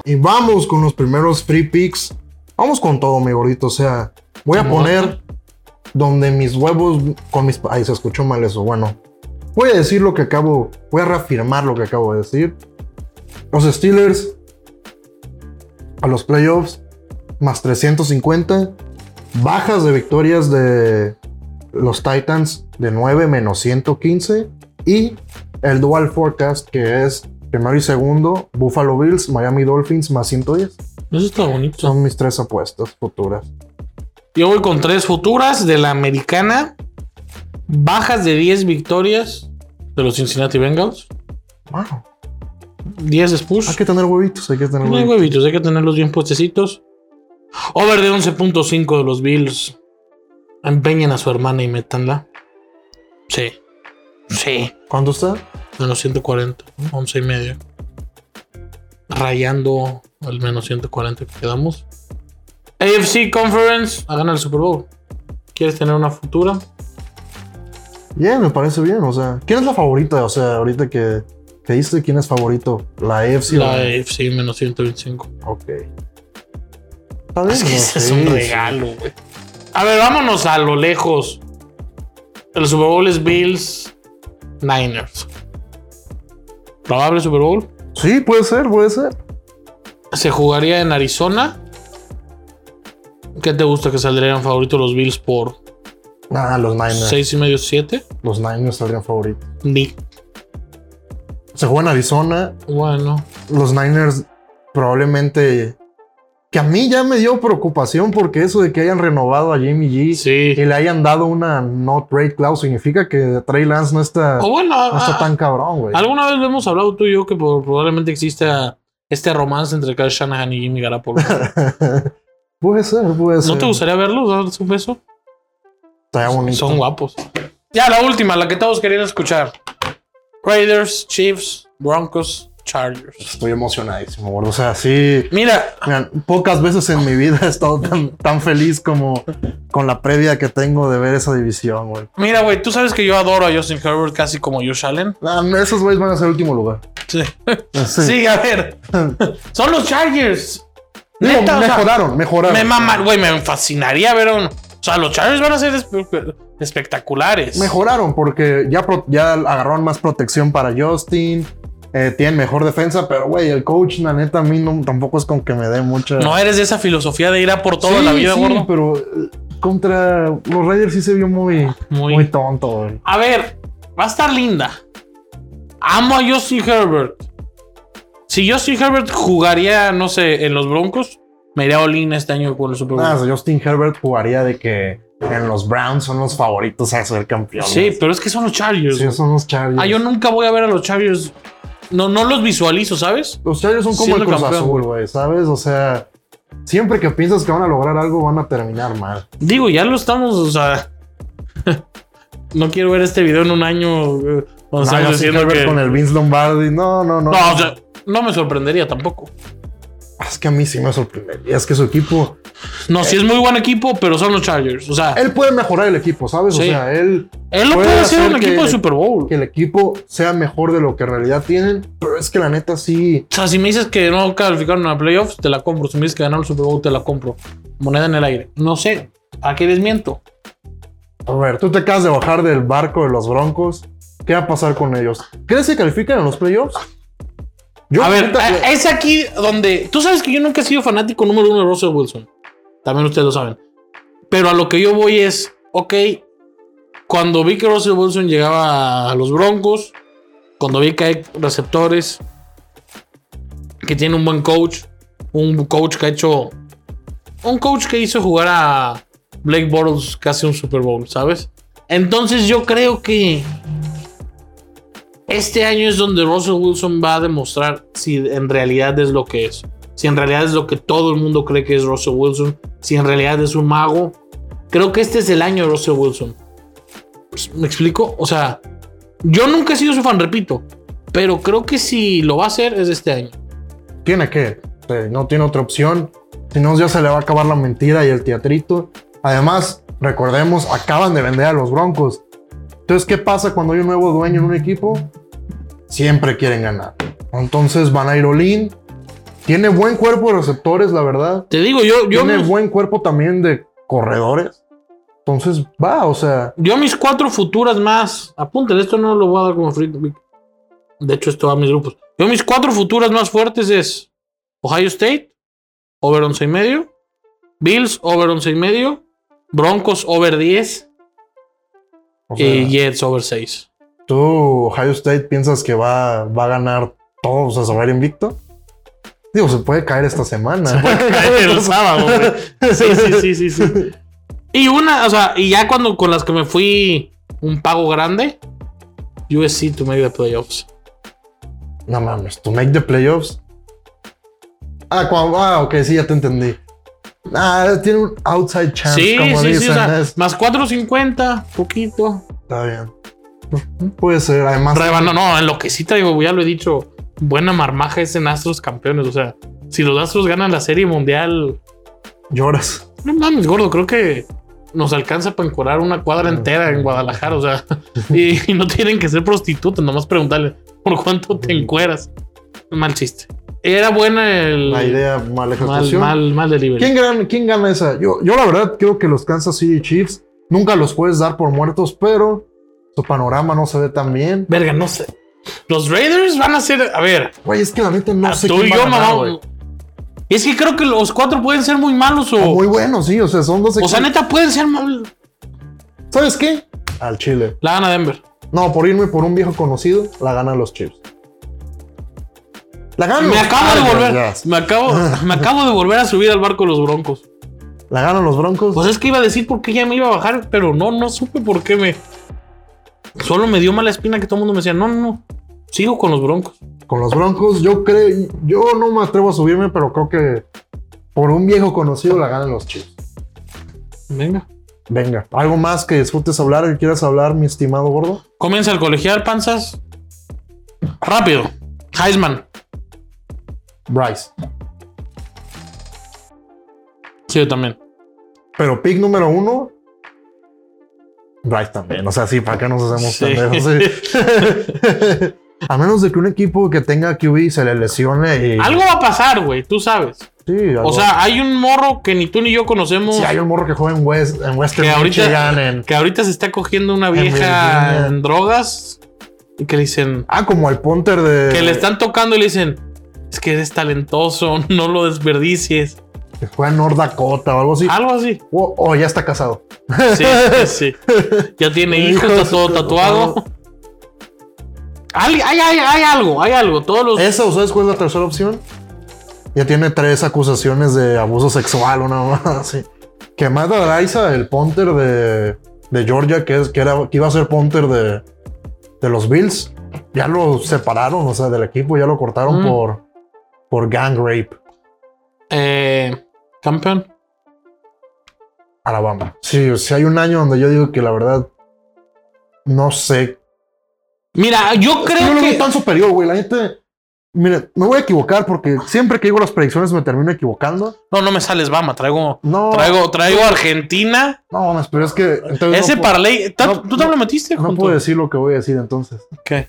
[SPEAKER 1] Y vamos con los primeros free picks. Vamos con todo, mi gordito. O sea, voy a
[SPEAKER 2] Como
[SPEAKER 1] poner donde mis huevos con mis. Ay, se escuchó mal eso. Bueno, voy a decir lo que acabo. Voy a reafirmar lo que acabo de decir. Los Steelers a los playoffs más 350. Bajas de victorias de los Titans de 9 menos 115. Y el Dual Forecast, que es primero y segundo, Buffalo Bills, Miami Dolphins más 110.
[SPEAKER 2] Eso está bonito.
[SPEAKER 1] Son mis tres apuestas futuras.
[SPEAKER 2] Yo voy con tres futuras de la americana. Bajas de 10 victorias de los Cincinnati Bengals.
[SPEAKER 1] Wow.
[SPEAKER 2] 10 Spurs.
[SPEAKER 1] Hay que tener huevitos, hay que tener
[SPEAKER 2] No hay
[SPEAKER 1] huevitos.
[SPEAKER 2] huevitos, hay que tenerlos bien puestecitos. Over de 11.5 de los Bills. Empeñen a su hermana y métanla. Sí. Sí.
[SPEAKER 1] ¿Cuánto está?
[SPEAKER 2] Menos 140. 11 y medio. Rayando al menos 140 que quedamos. AFC Conference. A ganar el Super Bowl. ¿Quieres tener una futura?
[SPEAKER 1] Yeah, me parece bien. O sea, ¿quién es la favorita? O sea, ahorita que, que diste, ¿quién es favorito? ¿La AFC? o
[SPEAKER 2] La E. AFC menos 125.
[SPEAKER 1] Ok. Está bien,
[SPEAKER 2] Es que
[SPEAKER 1] ¿no?
[SPEAKER 2] ese es
[SPEAKER 1] Sí,
[SPEAKER 2] un
[SPEAKER 1] sí.
[SPEAKER 2] regalo, güey. A ver, vámonos a lo lejos. El Super Bowl es Bills Niners. Probable Super Bowl.
[SPEAKER 1] Sí, puede ser, puede ser.
[SPEAKER 2] Se jugaría en Arizona. ¿Qué te gusta que saldrían favoritos los Bills por
[SPEAKER 1] Ah, los Niners.
[SPEAKER 2] 6 y medio, 7?
[SPEAKER 1] Los Niners saldrían favoritos.
[SPEAKER 2] Ni.
[SPEAKER 1] Se juega en Arizona.
[SPEAKER 2] Bueno.
[SPEAKER 1] Los Niners probablemente. Que a mí ya me dio preocupación porque eso de que hayan renovado a Jimmy G
[SPEAKER 2] Sí.
[SPEAKER 1] y le hayan dado una no trade clause significa que Trey Lance no está,
[SPEAKER 2] O bueno,
[SPEAKER 1] no está
[SPEAKER 2] a-
[SPEAKER 1] tan cabrón, güey.
[SPEAKER 2] alguna vez lo hemos hablado tú y yo que por- probablemente exista este romance entre Kyle Shanahan y Jimmy Garapolo.
[SPEAKER 1] puede ser, puede ser.
[SPEAKER 2] ¿No te gustaría verlos? Darse un beso.
[SPEAKER 1] Estaría bonito.
[SPEAKER 2] Son guapos. Ya la última, la que todos querían escuchar. Raiders, Chiefs, Broncos, Chargers.
[SPEAKER 1] Estoy emocionadísimo, güey. O sea, sí.
[SPEAKER 2] Mira,
[SPEAKER 1] Mira, pocas veces en mi vida he estado tan, tan feliz como con la previa que tengo de ver esa división, güey.
[SPEAKER 2] mira, güey, tú sabes que yo adoro a Justin Herbert casi como Josh Allen.
[SPEAKER 1] Ah, no, esos güeyes van a ser último lugar.
[SPEAKER 2] Sí.
[SPEAKER 1] Sí.
[SPEAKER 2] a ver. Son los Chargers.
[SPEAKER 1] Digo,
[SPEAKER 2] Neta, o sea,
[SPEAKER 1] mejoraron, mejoraron.
[SPEAKER 2] me maman, güey, me fascinaría ver a un. O sea, los Chargers van a ser espe- espectaculares.
[SPEAKER 1] mejoraron porque ya, pro- ya agarraron más protección para Justin. eh, tienen mejor defensa, pero güey, el coach, la neta, a mí no- tampoco es con que me dé mucha.
[SPEAKER 2] No eres de esa filosofía de ir a por todo
[SPEAKER 1] Sí,
[SPEAKER 2] en la vida,
[SPEAKER 1] sí,
[SPEAKER 2] gordo.
[SPEAKER 1] pero eh, contra los Raiders sí se vio muy,
[SPEAKER 2] Muy-
[SPEAKER 1] muy... tonto, güey.
[SPEAKER 2] A ver, va a estar linda. Amo a Justin Herbert. Si Justin Herbert jugaría, no sé, en los Broncos, me iría a Olin este año con el Super Bowl.
[SPEAKER 1] Nada, o sea, Justin Herbert jugaría de que en los Browns son los favoritos a ser campeón.
[SPEAKER 2] sí, pero es que son los Chargers.
[SPEAKER 1] Sí,
[SPEAKER 2] güey.
[SPEAKER 1] son los Chargers.
[SPEAKER 2] Ah, yo nunca voy a ver a los Chargers. No, no los visualizo, ¿sabes?
[SPEAKER 1] Los Chargers son como
[SPEAKER 2] Siendo
[SPEAKER 1] el Cruz
[SPEAKER 2] campeón.
[SPEAKER 1] Azul, güey, ¿sabes? O sea, siempre que piensas que van a lograr algo, van a terminar mal.
[SPEAKER 2] Digo, ya lo estamos, o sea. no quiero ver este video en un año. eh, Cuando
[SPEAKER 1] No,
[SPEAKER 2] estamos
[SPEAKER 1] Justin
[SPEAKER 2] diciendo
[SPEAKER 1] Herbert
[SPEAKER 2] que.
[SPEAKER 1] con el Vince Lombardi. No, no, no.
[SPEAKER 2] No, o sea, no me sorprendería tampoco.
[SPEAKER 1] Es que a mí sí me sorprendería. Es que su equipo.
[SPEAKER 2] No, si es muy buen equipo, pero son los Chargers. O sea,
[SPEAKER 1] Él puede mejorar el equipo, ¿sabes? O
[SPEAKER 2] Sí.
[SPEAKER 1] sea, él.
[SPEAKER 2] él lo
[SPEAKER 1] puede
[SPEAKER 2] puede hacer
[SPEAKER 1] hacer
[SPEAKER 2] un
[SPEAKER 1] que-
[SPEAKER 2] equipo de Super Bowl.
[SPEAKER 1] Que el equipo sea mejor de lo que en realidad tienen. Pero es que la neta sí.
[SPEAKER 2] O sea, si me dices que no calificaron a playoffs, te la compro. Si me dices que ganaron el Super Bowl, te la compro. Moneda en el aire. No sé. ¿A qué desmiento?
[SPEAKER 1] A ver, tú te acabas de bajar del barco de los Broncos. ¿Qué va a pasar con ellos? ¿Crees que califican en los playoffs? Yo,
[SPEAKER 2] a ver, eh,
[SPEAKER 1] neta,
[SPEAKER 2] a-
[SPEAKER 1] yo-
[SPEAKER 2] es aquí donde. Tú sabes que yo nunca he sido fanático número uno de Russell Wilson. También ustedes lo saben. Pero a lo que yo voy es. Ok. Cuando vi que Russell Wilson llegaba a los Broncos. Cuando vi que hay receptores. Que tiene un buen coach. Un coach que ha hecho. Un coach que hizo jugar a Blake Bortles casi un Super Bowl, ¿sabes? Entonces yo creo que este año es donde Russell Wilson va a demostrar si en realidad es lo que es. Si en realidad es lo que todo el mundo cree que es Russell Wilson. Si en realidad es un mago. Creo que este es el año de Russell Wilson. Pues, ¿Me explico? O sea, yo nunca he sido su fan, repito. Pero creo que si lo va a hacer es este año.
[SPEAKER 1] tiene que. eh, No tiene otra opción. Si no, ya se le va a acabar la mentira y el teatrito. Además, recordemos, acaban de vender a los Broncos. Entonces, ¿qué pasa cuando hay un nuevo dueño en un equipo? Siempre quieren ganar. Entonces van a ir all in. Tiene buen cuerpo de receptores, la verdad.
[SPEAKER 2] Te digo, yo, yo,
[SPEAKER 1] Tiene
[SPEAKER 2] mis,
[SPEAKER 1] buen cuerpo también de corredores. Entonces va, o sea,
[SPEAKER 2] yo mis cuatro futuras más. Apúntenle, esto no lo voy a dar como free. pick. De hecho, esto va a mis grupos. Yo mis cuatro futuras más fuertes es Ohio State, over 11 y medio. Bills, over 11 y medio. Broncos, over 10.
[SPEAKER 1] o sea,
[SPEAKER 2] Y Jets, over 6.
[SPEAKER 1] tú, Ohio State, piensas que va, va a ganar todo, o sea, se va a ir invicto. Digo, se puede caer esta semana.
[SPEAKER 2] el sábado, güey. Sí, sí, sí, sí, sí. Y una, o sea, y ya cuando con las que me fui un pago grande, USC to make the playoffs.
[SPEAKER 1] Ah, No mames, to make the playoffs. Ah, cuando, ah, ok, sí, ya te entendí. Ah, tiene un outside chance,
[SPEAKER 2] sí,
[SPEAKER 1] pues como
[SPEAKER 2] sí,
[SPEAKER 1] dicen.
[SPEAKER 2] sí, o sea,
[SPEAKER 1] es-
[SPEAKER 2] más 4.50, poquito.
[SPEAKER 1] Está bien. Puede ser, además.
[SPEAKER 2] Reba, no, no, en lo que sí traigo, ya lo he dicho, buena marmaja es en Astros campeones. O sea, si los Astros ganan la serie mundial,
[SPEAKER 1] Lloras.
[SPEAKER 2] no mames, gordo, creo que nos alcanza para encuadrar una cuadra entera en Guadalajara. O sea, y, y no tienen que ser prostitutas, nomás preguntarle por cuánto te encueras. Mal chiste. Era buena el.
[SPEAKER 1] La idea, mala
[SPEAKER 2] Mal,
[SPEAKER 1] ejecución.
[SPEAKER 2] mal, mal delivery.
[SPEAKER 1] ¿Quién, gana, ¿Quién gana esa? Yo, yo la verdad creo que los Kansas City Chiefs nunca los puedes dar por muertos, pero su panorama no se ve tan bien.
[SPEAKER 2] Verga, no sé. Los Raiders van a ser. A ver,
[SPEAKER 1] Güey, es que la neta no
[SPEAKER 2] a-
[SPEAKER 1] sé
[SPEAKER 2] Ah, tú
[SPEAKER 1] quién
[SPEAKER 2] y
[SPEAKER 1] va
[SPEAKER 2] yo,
[SPEAKER 1] a ganar,
[SPEAKER 2] mamá.
[SPEAKER 1] güey.
[SPEAKER 2] Es que creo que los cuatro pueden ser muy malos o.
[SPEAKER 1] O Muy bueno, sí, o sea, son dos
[SPEAKER 2] o sea,
[SPEAKER 1] equipos.
[SPEAKER 2] neta, pueden ser mal.
[SPEAKER 1] ¿Sabes qué? Al Chile.
[SPEAKER 2] La gana Denver.
[SPEAKER 1] No, por irme por un viejo conocido, la ganan los Chiefs. La ganan
[SPEAKER 2] Me
[SPEAKER 1] los
[SPEAKER 2] acabo de
[SPEAKER 1] Chargers,
[SPEAKER 2] volver.
[SPEAKER 1] ya.
[SPEAKER 2] Me acabo, me acabo de volver a subir al barco de los broncos.
[SPEAKER 1] La ganan los Broncos.
[SPEAKER 2] Pues es que iba a decir por qué ya me iba a bajar, pero no, no supe por qué me. Solo me dio mala espina que todo el mundo me decía, no, no, no. Sigo con los broncos.
[SPEAKER 1] Con los Broncos, yo creo, yo no me atrevo a subirme, pero creo que por un viejo conocido la ganan los Chiefs.
[SPEAKER 2] Venga.
[SPEAKER 1] Venga, algo más que disfrutes hablar, que quieras hablar, mi estimado gordo.
[SPEAKER 2] Comienza el colegial, panzas. Rápido. Heisman.
[SPEAKER 1] Bryce.
[SPEAKER 2] Sí, yo también.
[SPEAKER 1] Pero pick número uno. Bryce también. O sea, sí, ¿para qué nos hacemos
[SPEAKER 2] Sí.
[SPEAKER 1] pendejos? Sí. a menos de que un equipo que tenga QB se le lesione y.
[SPEAKER 2] Algo va a pasar, güey, tú sabes.
[SPEAKER 1] Sí, algo.
[SPEAKER 2] O sea, hay un morro que ni tú ni yo conocemos.
[SPEAKER 1] si hay un morro que juega en West, en Western
[SPEAKER 2] que
[SPEAKER 1] Michigan,
[SPEAKER 2] ahorita,
[SPEAKER 1] en-
[SPEAKER 2] que ahorita se está cogiendo una
[SPEAKER 1] Virginia.
[SPEAKER 2] vieja en drogas y que le dicen,
[SPEAKER 1] Ah, como el punter de.
[SPEAKER 2] que le están tocando y le dicen, es que eres talentoso, no lo desperdicies.
[SPEAKER 1] que juega en North Dakota o algo así.
[SPEAKER 2] Algo así.
[SPEAKER 1] O o ya está casado.
[SPEAKER 2] Ah. Sí, sí, sí. Ya tiene hijos, está todo tatuado. Hay, hay, hay, hay algo, hay algo. Todos los.
[SPEAKER 1] ¿Esa o sabes cuál es la tercera opción? Ya tiene tres acusaciones de abuso sexual, una mamada así. Que mata a Raisa, el punter de, de Georgia, que, es, que, era, que iba a ser punter de, de los Bills. Ya lo separaron, o sea, del equipo, ya lo cortaron
[SPEAKER 2] Mm.
[SPEAKER 1] por, por gang rape.
[SPEAKER 2] eh, campeón.
[SPEAKER 1] Alabama. Sí, o sea, hay un año donde yo digo que la verdad no sé.
[SPEAKER 2] Mira, yo
[SPEAKER 1] no
[SPEAKER 2] creo
[SPEAKER 1] lo veo
[SPEAKER 2] que.
[SPEAKER 1] tan superior, güey. La gente. Mire, me voy a equivocar porque siempre que digo las predicciones me termino equivocando.
[SPEAKER 2] No, no me sales, Bama. Traigo,
[SPEAKER 1] No.
[SPEAKER 2] traigo, traigo Argentina.
[SPEAKER 1] No, mames, pero es que. entonces
[SPEAKER 2] Ese
[SPEAKER 1] no, pu-
[SPEAKER 2] parlay. ¿ta-
[SPEAKER 1] no-
[SPEAKER 2] ¿Tú también
[SPEAKER 1] no-
[SPEAKER 2] lo metiste?
[SPEAKER 1] No
[SPEAKER 2] junto?
[SPEAKER 1] puedo decir lo que voy a decir entonces.
[SPEAKER 2] ¿Qué?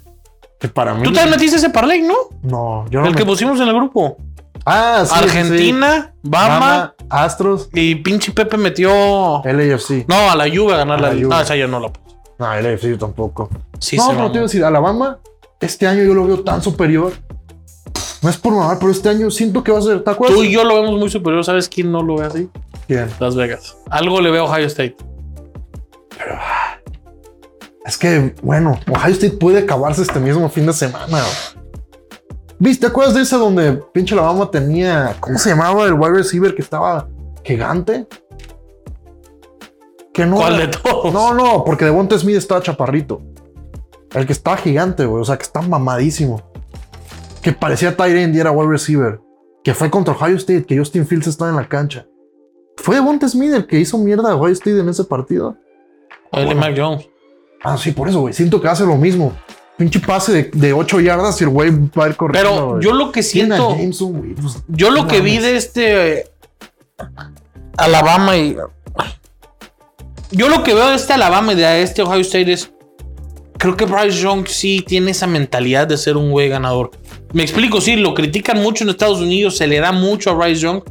[SPEAKER 1] Que para mí.
[SPEAKER 2] ¿Tú también metiste ese parlay, no?
[SPEAKER 1] No, yo no.
[SPEAKER 2] El que
[SPEAKER 1] me-
[SPEAKER 2] pusimos en el grupo.
[SPEAKER 1] Ah, sí. sí, sí.
[SPEAKER 2] Argentina, Bama,
[SPEAKER 1] Bama, Astros,
[SPEAKER 2] y pinche Pepe metió.
[SPEAKER 1] LAFC.
[SPEAKER 2] No, a la Juve a ganar
[SPEAKER 1] A
[SPEAKER 2] la,
[SPEAKER 1] la Juve.
[SPEAKER 2] No, esa yo no la puse.
[SPEAKER 1] No, LAFC tampoco.
[SPEAKER 2] Sí,
[SPEAKER 1] no,
[SPEAKER 2] se
[SPEAKER 1] pero
[SPEAKER 2] mamó.
[SPEAKER 1] te iba a decir, Alabama, este año yo lo veo tan superior. No es por mamar, pero este año siento que va a ser. ¿Te acuerdas?
[SPEAKER 2] Tú y yo lo vemos muy superior. ¿Sabes quién no lo ve así?
[SPEAKER 1] ¿Quién?
[SPEAKER 2] Las Vegas. Algo le veo a Ohio State.
[SPEAKER 1] Es que, bueno, Ohio State puede acabarse este mismo fin de semana. ¿Viste? ¿Te acuerdas de esa donde pinche Alabama tenía. ¿Cómo se llamaba el wide receiver que estaba gigante? Que no.
[SPEAKER 2] ¿Cuál
[SPEAKER 1] era-
[SPEAKER 2] de todos?
[SPEAKER 1] No, no, porque Devonta Smith estaba chaparrito. El que estaba gigante, güey. O sea, que está mamadísimo. Que parecía Tyrant y era wide receiver. Que fue contra Ohio State, que Justin Fields estaba en la cancha. ¿Fue Devonta Smith el que hizo mierda a Ohio State en ese partido?
[SPEAKER 2] Él y Mac Jones.
[SPEAKER 1] Ah, sí, por eso, güey. Siento que hace lo mismo. Pinche pase de, de 8 yardas y el güey va a ir corriendo.
[SPEAKER 2] Pero
[SPEAKER 1] güey.
[SPEAKER 2] yo lo que
[SPEAKER 1] Tiene a
[SPEAKER 2] siento.
[SPEAKER 1] Jameson, güey, pues,
[SPEAKER 2] Yo lo
[SPEAKER 1] no
[SPEAKER 2] que vi
[SPEAKER 1] mames.
[SPEAKER 2] de este eh, Alabama y. Yo lo que veo de este Alabama y de este Ohio State es. Creo que Bryce Young sí tiene esa mentalidad de ser un güey ganador. Me explico, sí, lo critican mucho en Estados Unidos, se le da mucho a Bryce Young.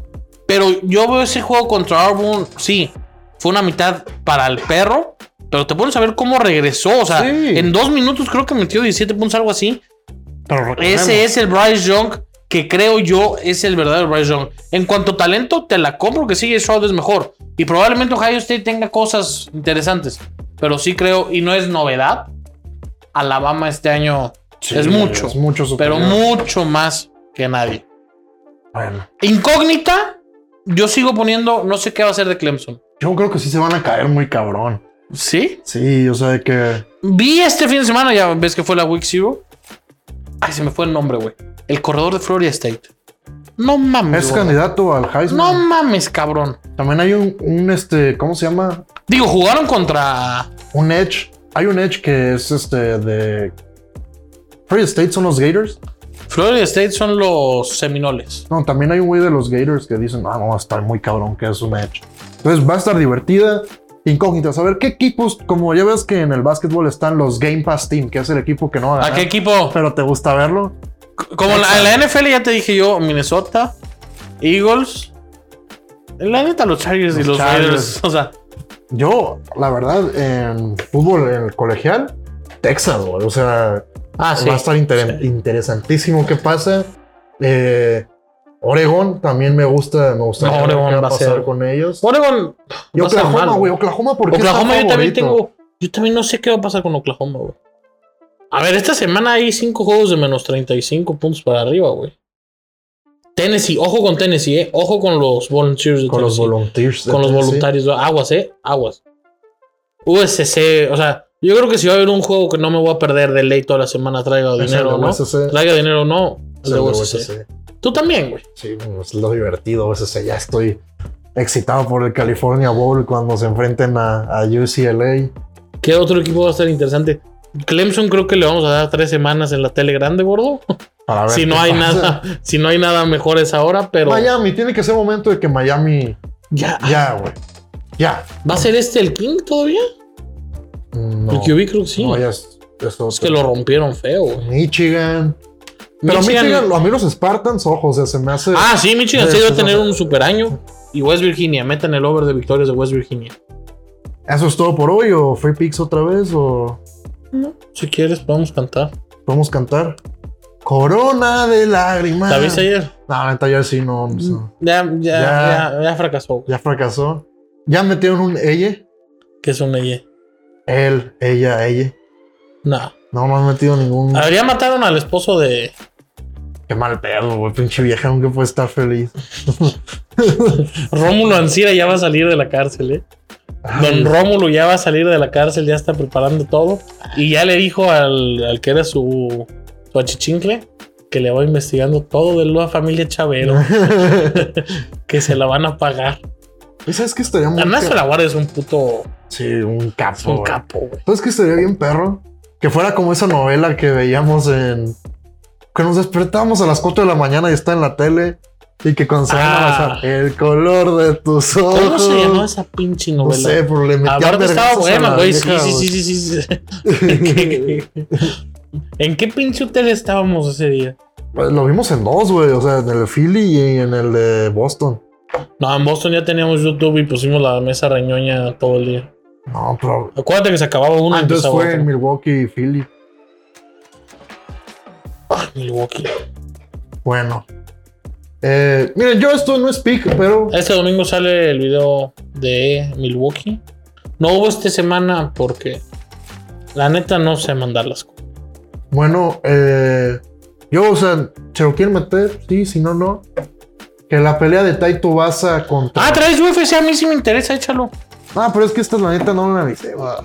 [SPEAKER 2] Pero yo veo ese juego contra Auburn, sí, fue una mitad para el perro. Pero te pones a ver cómo regresó. O sea,
[SPEAKER 1] Sí.
[SPEAKER 2] en dos minutos creo que metió 17 puntos, algo así.
[SPEAKER 1] pero recordemos,
[SPEAKER 2] Ese es el Bryce Young que creo yo es el verdadero Bryce Young. En cuanto a talento, te la compro que sí, Stroud es mejor. Y probablemente Ohio State tenga cosas interesantes. Pero sí creo, y no es novedad, Alabama este año
[SPEAKER 1] sí,
[SPEAKER 2] es mucho,
[SPEAKER 1] Es mucho
[SPEAKER 2] pero
[SPEAKER 1] superior.
[SPEAKER 2] mucho más que nadie.
[SPEAKER 1] Bueno,
[SPEAKER 2] Incógnita, yo sigo poniendo, no sé qué va a ser de Clemson.
[SPEAKER 1] Yo creo que sí se van a caer muy cabrón.
[SPEAKER 2] ¿Sí?
[SPEAKER 1] Sí, o sea, de que.
[SPEAKER 2] Vi este fin de semana, ya ves que fue la Week Zero. Ay, se me fue el nombre, güey. El corredor de Florida State. No mames.
[SPEAKER 1] Es
[SPEAKER 2] gordo.
[SPEAKER 1] candidato al Heisman.
[SPEAKER 2] No mames, cabrón.
[SPEAKER 1] También hay un, un, este, ¿cómo se llama?
[SPEAKER 2] Digo, jugaron contra.
[SPEAKER 1] Un Edge. Hay un Edge que es este de. Free State son los Gators.
[SPEAKER 2] Florida State son los Seminoles.
[SPEAKER 1] No, también hay un güey de los Gators que dicen, ah, no, va a estar muy cabrón que es un Edge. Entonces va a estar divertida. Incógnita, saber qué equipos, como ya ves que en el básquetbol están los Game Pass Team, que es el equipo que no va a
[SPEAKER 2] ¿A
[SPEAKER 1] ganar.
[SPEAKER 2] qué equipo?
[SPEAKER 1] Pero te gusta verlo.
[SPEAKER 2] Como en la, en la NFL ya te dije yo, Minnesota, Eagles. La neta, los Chargers y
[SPEAKER 1] Los
[SPEAKER 2] los
[SPEAKER 1] Chargers.
[SPEAKER 2] Raiders. O sea,
[SPEAKER 1] Yo, la verdad, en fútbol, en el colegial, Texas, güey. O sea,
[SPEAKER 2] ah,
[SPEAKER 1] va a estar inter- interesantísimo qué pasa. Eh, Oregon también me gusta, me gusta
[SPEAKER 2] No,
[SPEAKER 1] ver
[SPEAKER 2] Oregon
[SPEAKER 1] qué va a
[SPEAKER 2] va a
[SPEAKER 1] pasar
[SPEAKER 2] ser-
[SPEAKER 1] con ellos.
[SPEAKER 2] Oregon.
[SPEAKER 1] Y
[SPEAKER 2] va a estar
[SPEAKER 1] Oklahoma,
[SPEAKER 2] mal,
[SPEAKER 1] güey. Oklahoma, ¿por qué está
[SPEAKER 2] Oklahoma, yo
[SPEAKER 1] favorito?
[SPEAKER 2] también tengo. Yo también no sé qué va a pasar con Oklahoma, güey. A ver, esta semana hay cinco juegos de menos 35 puntos para arriba, güey. Tennessee, ojo con Tennessee, eh. Ojo con los volunteers de
[SPEAKER 1] Con los
[SPEAKER 2] Tennessee.
[SPEAKER 1] volunteers. de
[SPEAKER 2] con los
[SPEAKER 1] Tennessee.
[SPEAKER 2] voluntarios. güey. Aguas, eh. Aguas. USC, o sea, yo creo que si va a haber un juego que no me voy a perder de ley toda la semana, traiga
[SPEAKER 1] Es el
[SPEAKER 2] dinero o
[SPEAKER 1] de
[SPEAKER 2] no.
[SPEAKER 1] USC, es
[SPEAKER 2] Traiga dinero o no,
[SPEAKER 1] el
[SPEAKER 2] el
[SPEAKER 1] de
[SPEAKER 2] de USC.
[SPEAKER 1] USC.
[SPEAKER 2] Tú también, güey.
[SPEAKER 1] Sí, bueno, es lo divertido. USC. Ya estoy excitado por el California Bowl cuando se enfrenten a, a UCLA.
[SPEAKER 2] ¿Qué otro equipo va a estar interesante? Clemson creo que le vamos a dar tres semanas en la tele grande, gordo.
[SPEAKER 1] Para ver
[SPEAKER 2] si
[SPEAKER 1] qué
[SPEAKER 2] no hay
[SPEAKER 1] pasa.
[SPEAKER 2] nada, si no hay nada mejor es ahora, pero Ah.
[SPEAKER 1] Miami, tiene que ser momento de que Miami.
[SPEAKER 2] ya
[SPEAKER 1] Ya, güey. Ya.
[SPEAKER 2] va a ser este el King todavía.
[SPEAKER 1] No,
[SPEAKER 2] El QB creo que sí.
[SPEAKER 1] no, ya es, es otro.
[SPEAKER 2] es que lo rompieron feo. güey.
[SPEAKER 1] Michigan. Pero Michigan,
[SPEAKER 2] Michigan-
[SPEAKER 1] a mí los Spartans, ojos, se me hace.
[SPEAKER 2] Ah, sí, Michigan
[SPEAKER 1] Sí,
[SPEAKER 2] State va
[SPEAKER 1] sí,
[SPEAKER 2] a tener
[SPEAKER 1] sí.
[SPEAKER 2] un super año y West Virginia metan el over de victorias de West Virginia.
[SPEAKER 1] ¿Eso es todo por hoy? ¿O Free Picks otra vez? ¿O
[SPEAKER 2] Si quieres podemos cantar.
[SPEAKER 1] podemos cantar? Corona de lágrimas.
[SPEAKER 2] ¿La viste ayer?
[SPEAKER 1] No, la neta, ayer sí, no. pues, no.
[SPEAKER 2] Ya, ya,
[SPEAKER 1] Ya.
[SPEAKER 2] ya, ya fracasó. güey.
[SPEAKER 1] Ya fracasó. Ya metieron un ella.
[SPEAKER 2] Que es un ley.
[SPEAKER 1] Él, ella, ella.
[SPEAKER 2] No.
[SPEAKER 1] No, no han metido ningún.
[SPEAKER 2] Habría mataron al esposo de.
[SPEAKER 1] Qué mal pedo, güey. Pinche vieja, aunque puede estar feliz.
[SPEAKER 2] Rómulo Ancira ya va a salir de la cárcel, ¿eh? Don Rómulo ya va a salir de la cárcel, ya está preparando todo. Y ya le dijo al, al que era su, su achichincle que le va investigando todo de la familia Chavero, que se la van a pagar.
[SPEAKER 1] ¿Y ¿Sabes qué estaría muy
[SPEAKER 2] Ernesto
[SPEAKER 1] ca-
[SPEAKER 2] La Guardia es un puto.
[SPEAKER 1] Sí, un capo.
[SPEAKER 2] Es un
[SPEAKER 1] güey.
[SPEAKER 2] capo, güey.
[SPEAKER 1] ¿Sabes qué estaría bien, perro? Que fuera como esa novela que veíamos en. Que nos despertábamos a las 4 de la mañana y está en la tele. Y que cuando se van a
[SPEAKER 2] Ah.
[SPEAKER 1] abrazar, el color de tus ojos.
[SPEAKER 2] ¿Cómo se llamó esa pinche
[SPEAKER 1] No
[SPEAKER 2] novela?
[SPEAKER 1] sé, pero le metía
[SPEAKER 2] Aparte estaba
[SPEAKER 1] vergazos a la
[SPEAKER 2] buena, güey. Sí,
[SPEAKER 1] vieja,
[SPEAKER 2] sí,
[SPEAKER 1] güey.
[SPEAKER 2] sí, sí, sí, sí. ¿En qué pinche hotel estábamos ese día?
[SPEAKER 1] Pues Lo vimos en dos, güey. O sea, en el de Philly y en el de Boston.
[SPEAKER 2] No, en Boston ya teníamos YouTube y pusimos la mesa reñoña todo el día.
[SPEAKER 1] No, pero.
[SPEAKER 2] Acuérdate que se acababa uno
[SPEAKER 1] Ah,
[SPEAKER 2] y
[SPEAKER 1] entonces
[SPEAKER 2] empezaba
[SPEAKER 1] fue
[SPEAKER 2] otro.
[SPEAKER 1] en Milwaukee y Philly.
[SPEAKER 2] Ah, Milwaukee.
[SPEAKER 1] Bueno. Eh, miren, yo esto no es pick, pero.
[SPEAKER 2] Este domingo sale el video de Milwaukee. No hubo esta semana porque la neta no sé mandar las cosas.
[SPEAKER 1] Bueno, eh, yo, o sea, se lo quieren meter, sí, si no, no. Que la pelea de Taito Baza contra.
[SPEAKER 2] Ah, traes UFC, a mí sí me interesa, échalo.
[SPEAKER 1] Ah, pero es que esta, la neta, no me avisé. va.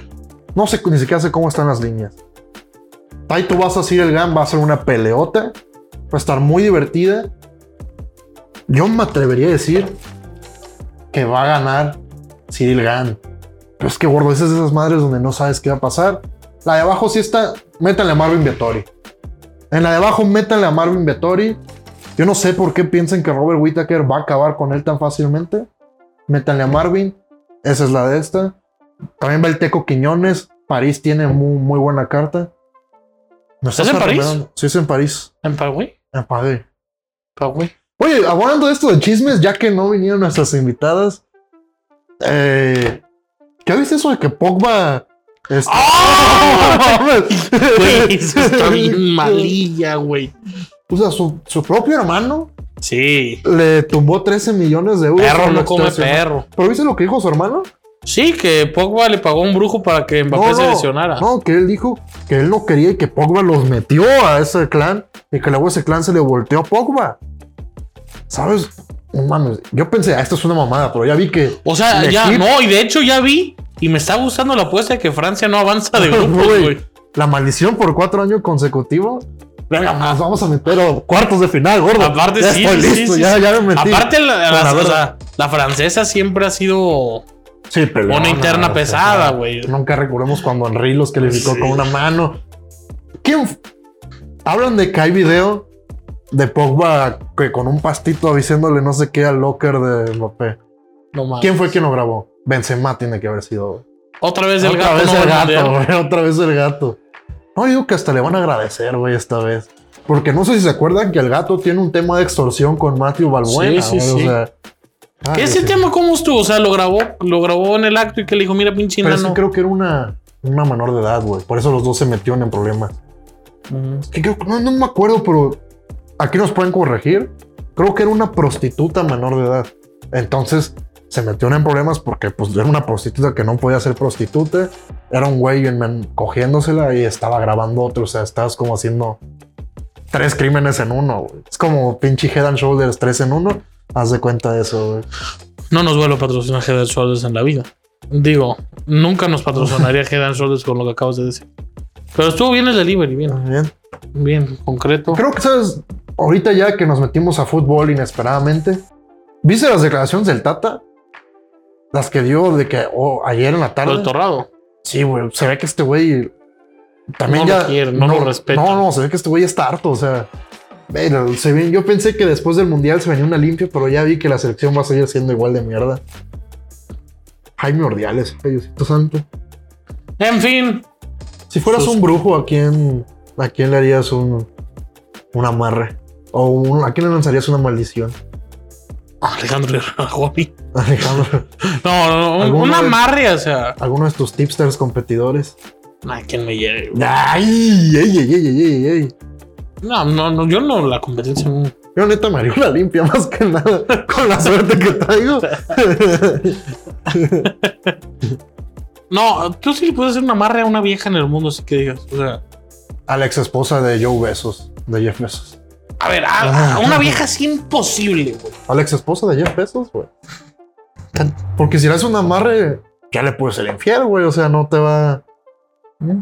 [SPEAKER 1] No sé ni siquiera sé cómo están las líneas. Taito Baza, Cyril Gan, va a ser una peleota. Va a estar muy divertida. Yo me atrevería a decir que va a ganar Cyril Gan. Pero es que, gordo, esas de esas madres donde no sabes qué va a pasar. La de abajo sí está, métanle a Marvin Vettori. En la de abajo, métanle a Marvin Vettori. Yo no sé por qué piensan que Robert Whittaker va a acabar con él tan fácilmente. Métanle a Marvin. Esa es la de esta. También va el Teco Quiñones. París tiene muy, muy buena carta. ¿No
[SPEAKER 2] ¿Es en París?
[SPEAKER 1] Sí, es en París.
[SPEAKER 2] En Paraguay.
[SPEAKER 1] En París.
[SPEAKER 2] Paraguay.
[SPEAKER 1] Oye, hablando de esto de chismes, ya que no vinieron nuestras invitadas, eh, ¿qué viste eso de que Pogba... este-
[SPEAKER 2] ¡Ah!
[SPEAKER 1] ¡No mames!
[SPEAKER 2] Güey, eso está bien malilla, güey.
[SPEAKER 1] O sea, su, su propio hermano
[SPEAKER 2] Sí.
[SPEAKER 1] le tumbó 13 millones de euros.
[SPEAKER 2] Perro
[SPEAKER 1] por la
[SPEAKER 2] no come
[SPEAKER 1] extradición.
[SPEAKER 2] perro.
[SPEAKER 1] ¿Pero viste lo que dijo su hermano?
[SPEAKER 2] Sí, que Pogba le pagó a un brujo para que Mbappé se lesionara.
[SPEAKER 1] No, que él dijo que él no quería y que Pogba los metió a ese clan y que luego ese clan se le volteó a Pogba. ¿Sabes? No mames. Yo pensé, ah, esto es una mamada, pero ya vi que.
[SPEAKER 2] O sea,
[SPEAKER 1] el
[SPEAKER 2] ya,
[SPEAKER 1] equipo-
[SPEAKER 2] no, y de hecho ya vi y me está gustando la apuesta de que Francia no avanza de grupos,
[SPEAKER 1] Güey,
[SPEAKER 2] güey.
[SPEAKER 1] La maldición por cuatro años consecutivos. Venga, más, vamos a meter a cuartos de final, gordo.
[SPEAKER 2] Aparte,
[SPEAKER 1] ya
[SPEAKER 2] sí,
[SPEAKER 1] estoy
[SPEAKER 2] sí,
[SPEAKER 1] listo,
[SPEAKER 2] sí,
[SPEAKER 1] ya,
[SPEAKER 2] sí.
[SPEAKER 1] ya me metí.
[SPEAKER 2] Aparte, la, la-
[SPEAKER 1] Con la
[SPEAKER 2] o
[SPEAKER 1] verdad.
[SPEAKER 2] sea, la francesa siempre ha sido.
[SPEAKER 1] Sí, peleona,
[SPEAKER 2] Una interna
[SPEAKER 1] o sea,
[SPEAKER 2] pesada, güey.
[SPEAKER 1] Nunca recordemos cuando Henry los calificó
[SPEAKER 2] Sí.
[SPEAKER 1] con una mano. ¿Quién? f- Hablan de que hay video de Pogba que con un pastito diciéndole no sé qué al locker de Mbappé.
[SPEAKER 2] No mames.
[SPEAKER 1] ¿Quién fue quien lo grabó? Benzema tiene que haber sido.
[SPEAKER 2] Otra vez el
[SPEAKER 1] Otra
[SPEAKER 2] gato.
[SPEAKER 1] vez
[SPEAKER 2] no
[SPEAKER 1] el
[SPEAKER 2] va a
[SPEAKER 1] gato,
[SPEAKER 2] mundial.
[SPEAKER 1] güey, Otra vez el gato. No, digo que hasta le van a agradecer, güey, esta vez. Porque no sé si se acuerdan que el gato tiene un tema de extorsión con Matthew Balbuena.
[SPEAKER 2] Sí, sí,
[SPEAKER 1] güey, o
[SPEAKER 2] sí.
[SPEAKER 1] sea, ah,
[SPEAKER 2] ¿Ese
[SPEAKER 1] sí.
[SPEAKER 2] tema cómo estuvo? O sea, lo grabó, lo grabó en el acto y que le dijo, mira, pinche
[SPEAKER 1] Pero sí
[SPEAKER 2] enano.
[SPEAKER 1] creo que era una, una menor de edad, güey. Por eso los dos se metieron en problemas.
[SPEAKER 2] Ujú.
[SPEAKER 1] Que creo- no, no me acuerdo, pero aquí nos pueden corregir. Creo que era una prostituta menor de edad. Entonces se metieron en problemas porque pues era una prostituta que no podía ser prostituta. Era un güey en men- cogiéndosela y estaba grabando otro. O sea, estabas como haciendo tres crímenes en uno. güey. Es como pinche Head and Shoulders tres en uno. Haz de cuenta de eso, güey.
[SPEAKER 2] No nos vuelve a patrocinar Head and Shoulders en la vida. Digo, nunca nos patrocinaría Head and Shoulders con lo que acabas de decir. Pero estuvo bien el delivery, bien,
[SPEAKER 1] Bien.
[SPEAKER 2] bien, concreto.
[SPEAKER 1] Creo que sabes, ahorita ya que nos metimos a fútbol inesperadamente, ¿viste las declaraciones del Tata? Las que dio de que oh, ayer en la
[SPEAKER 2] Lo del
[SPEAKER 1] tarde.
[SPEAKER 2] torrado.
[SPEAKER 1] Sí, güey, se ve que este güey también
[SPEAKER 2] No
[SPEAKER 1] ya
[SPEAKER 2] lo quiere, no lo respeta.
[SPEAKER 1] No, no, se ve que este güey está harto, o sea, pero se ve- yo pensé que después del mundial se venía una limpia, pero ya vi que la selección va a seguir siendo igual de mierda. Jaime Ordiales, Diosito santo.
[SPEAKER 2] En fin,
[SPEAKER 1] Si fueras
[SPEAKER 2] Sus-
[SPEAKER 1] un brujo, ¿a quién, ¿a quién le harías un, un amarre? ¿O un- a quién le lanzarías una maldición?
[SPEAKER 2] Alejandro Rajoni.
[SPEAKER 1] Alejandro,
[SPEAKER 2] No, no, no, un,
[SPEAKER 1] ¿Alguno
[SPEAKER 2] un
[SPEAKER 1] de-
[SPEAKER 2] amarre, o sea.
[SPEAKER 1] ¿alguno de tus tipsters competidores?
[SPEAKER 2] Ay, ¿quién me lleve? güey?
[SPEAKER 1] ¡Ay! ¡Ey, ey, ey, ey, ey, ey!
[SPEAKER 2] No, no, no, yo no, la competencia no.
[SPEAKER 1] Yo neta me haría una limpia más que nada con la suerte que traigo.
[SPEAKER 2] No, tú sí le puedes hacer un amarre a una vieja en el mundo, así que digas. O sea,
[SPEAKER 1] a la ex esposa de Joe Besos, de Jeff Besos.
[SPEAKER 2] a ver,
[SPEAKER 1] Ah,
[SPEAKER 2] a, a una vieja es imposible, güey.
[SPEAKER 1] A la ex esposa de Jeff Besos, güey. Tan- Porque si le haces un amarre, ya le puedes ser infiel, güey. O sea, no te va. ¿Eh?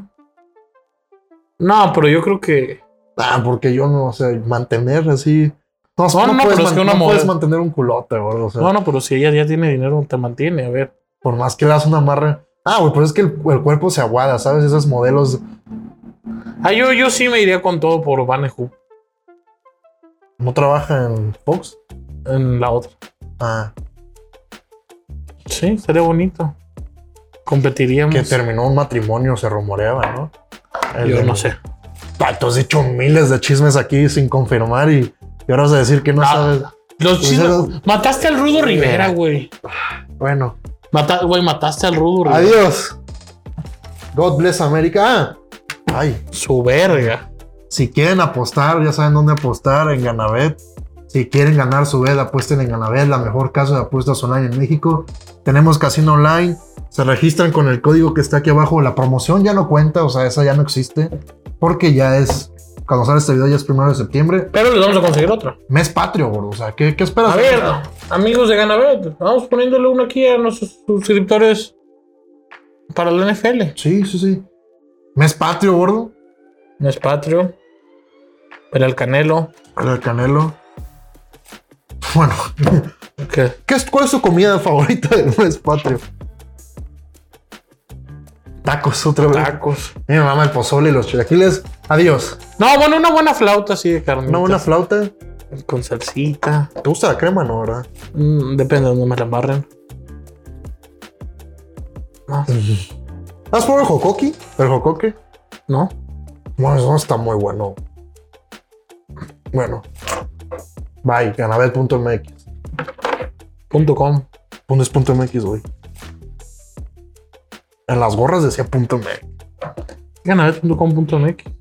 [SPEAKER 2] No, pero yo creo que.
[SPEAKER 1] Ah, porque yo no, o sea, mantener así. No,
[SPEAKER 2] No, no, pero es que una
[SPEAKER 1] no
[SPEAKER 2] mujer-
[SPEAKER 1] puedes mantener un culote, gordo. O sea,
[SPEAKER 2] No, no, pero si ella ya tiene dinero, te mantiene, a ver.
[SPEAKER 1] por más que le das una amarra. Ah, güey, pero es que el, el cuerpo se aguada, ¿sabes? Esos modelos.
[SPEAKER 2] Ah, yo, yo sí me iría con todo por Vanehu
[SPEAKER 1] No trabaja en Fox.
[SPEAKER 2] en la otra.
[SPEAKER 1] Ah,
[SPEAKER 2] Sí, sería bonito. Competiríamos.
[SPEAKER 1] que terminó un matrimonio, se rumoreaba, ¿no? El
[SPEAKER 2] Mm. Yo
[SPEAKER 1] de-
[SPEAKER 2] no sé.
[SPEAKER 1] Ah, tú has dicho miles de chismes aquí sin confirmar y, y ahora vas a decir que no,
[SPEAKER 2] No.
[SPEAKER 1] sabes.
[SPEAKER 2] Los
[SPEAKER 1] Pues
[SPEAKER 2] chismes-
[SPEAKER 1] eras-
[SPEAKER 2] Mataste al Rudo Rivera, güey.
[SPEAKER 1] Bueno,
[SPEAKER 2] Mata- Güey, mataste al Rudo Rivera.
[SPEAKER 1] adiós. God bless America. Ah, ay.
[SPEAKER 2] Su verga.
[SPEAKER 1] Si quieren apostar, ya saben dónde apostar, en Ganabet. Si quieren ganar su bet, apuesten en Ganabet, la mejor casa de apuestas online en México. Tenemos casino online, se registran con el código que está aquí abajo. La promoción ya no cuenta, o sea, esa ya no existe, porque ya es, cuando sale este video ya es primero de septiembre.
[SPEAKER 2] Pero les vamos a conseguir otra.
[SPEAKER 1] Mes patrio, gordo, o sea, ¿qué, qué esperas?
[SPEAKER 2] A ver, amigos de Ganabet, vamos poniéndole uno aquí a nuestros suscriptores para la NFL.
[SPEAKER 1] Sí, sí, sí. Mes patrio, gordo,
[SPEAKER 2] No es Patrio, pero el Canelo.
[SPEAKER 1] para el canelo. Bueno,
[SPEAKER 2] que
[SPEAKER 1] ¿qué es, ¿cuál es su comida favorita del mes patrio? Tacos, otra vez.
[SPEAKER 2] Tacos.
[SPEAKER 1] Mi mamá el pozole y los chilaquiles. Adiós.
[SPEAKER 2] No, bueno, una buena flauta así de carne.
[SPEAKER 1] Una buena flauta.
[SPEAKER 2] Con salsita.
[SPEAKER 1] ¿Te gusta la crema, no, verdad?
[SPEAKER 2] Mm, depende de dónde me la embarren. No,
[SPEAKER 1] ¿Has probado el jocoqui? El jocoque.
[SPEAKER 2] no.
[SPEAKER 1] Bueno, eso no está muy bueno. Bueno. Bye, ganabel.mx.
[SPEAKER 2] Punto com.
[SPEAKER 1] Pones punto .mx, güey. En las gorras decía punto .mx.
[SPEAKER 2] Ganabet.com.mx.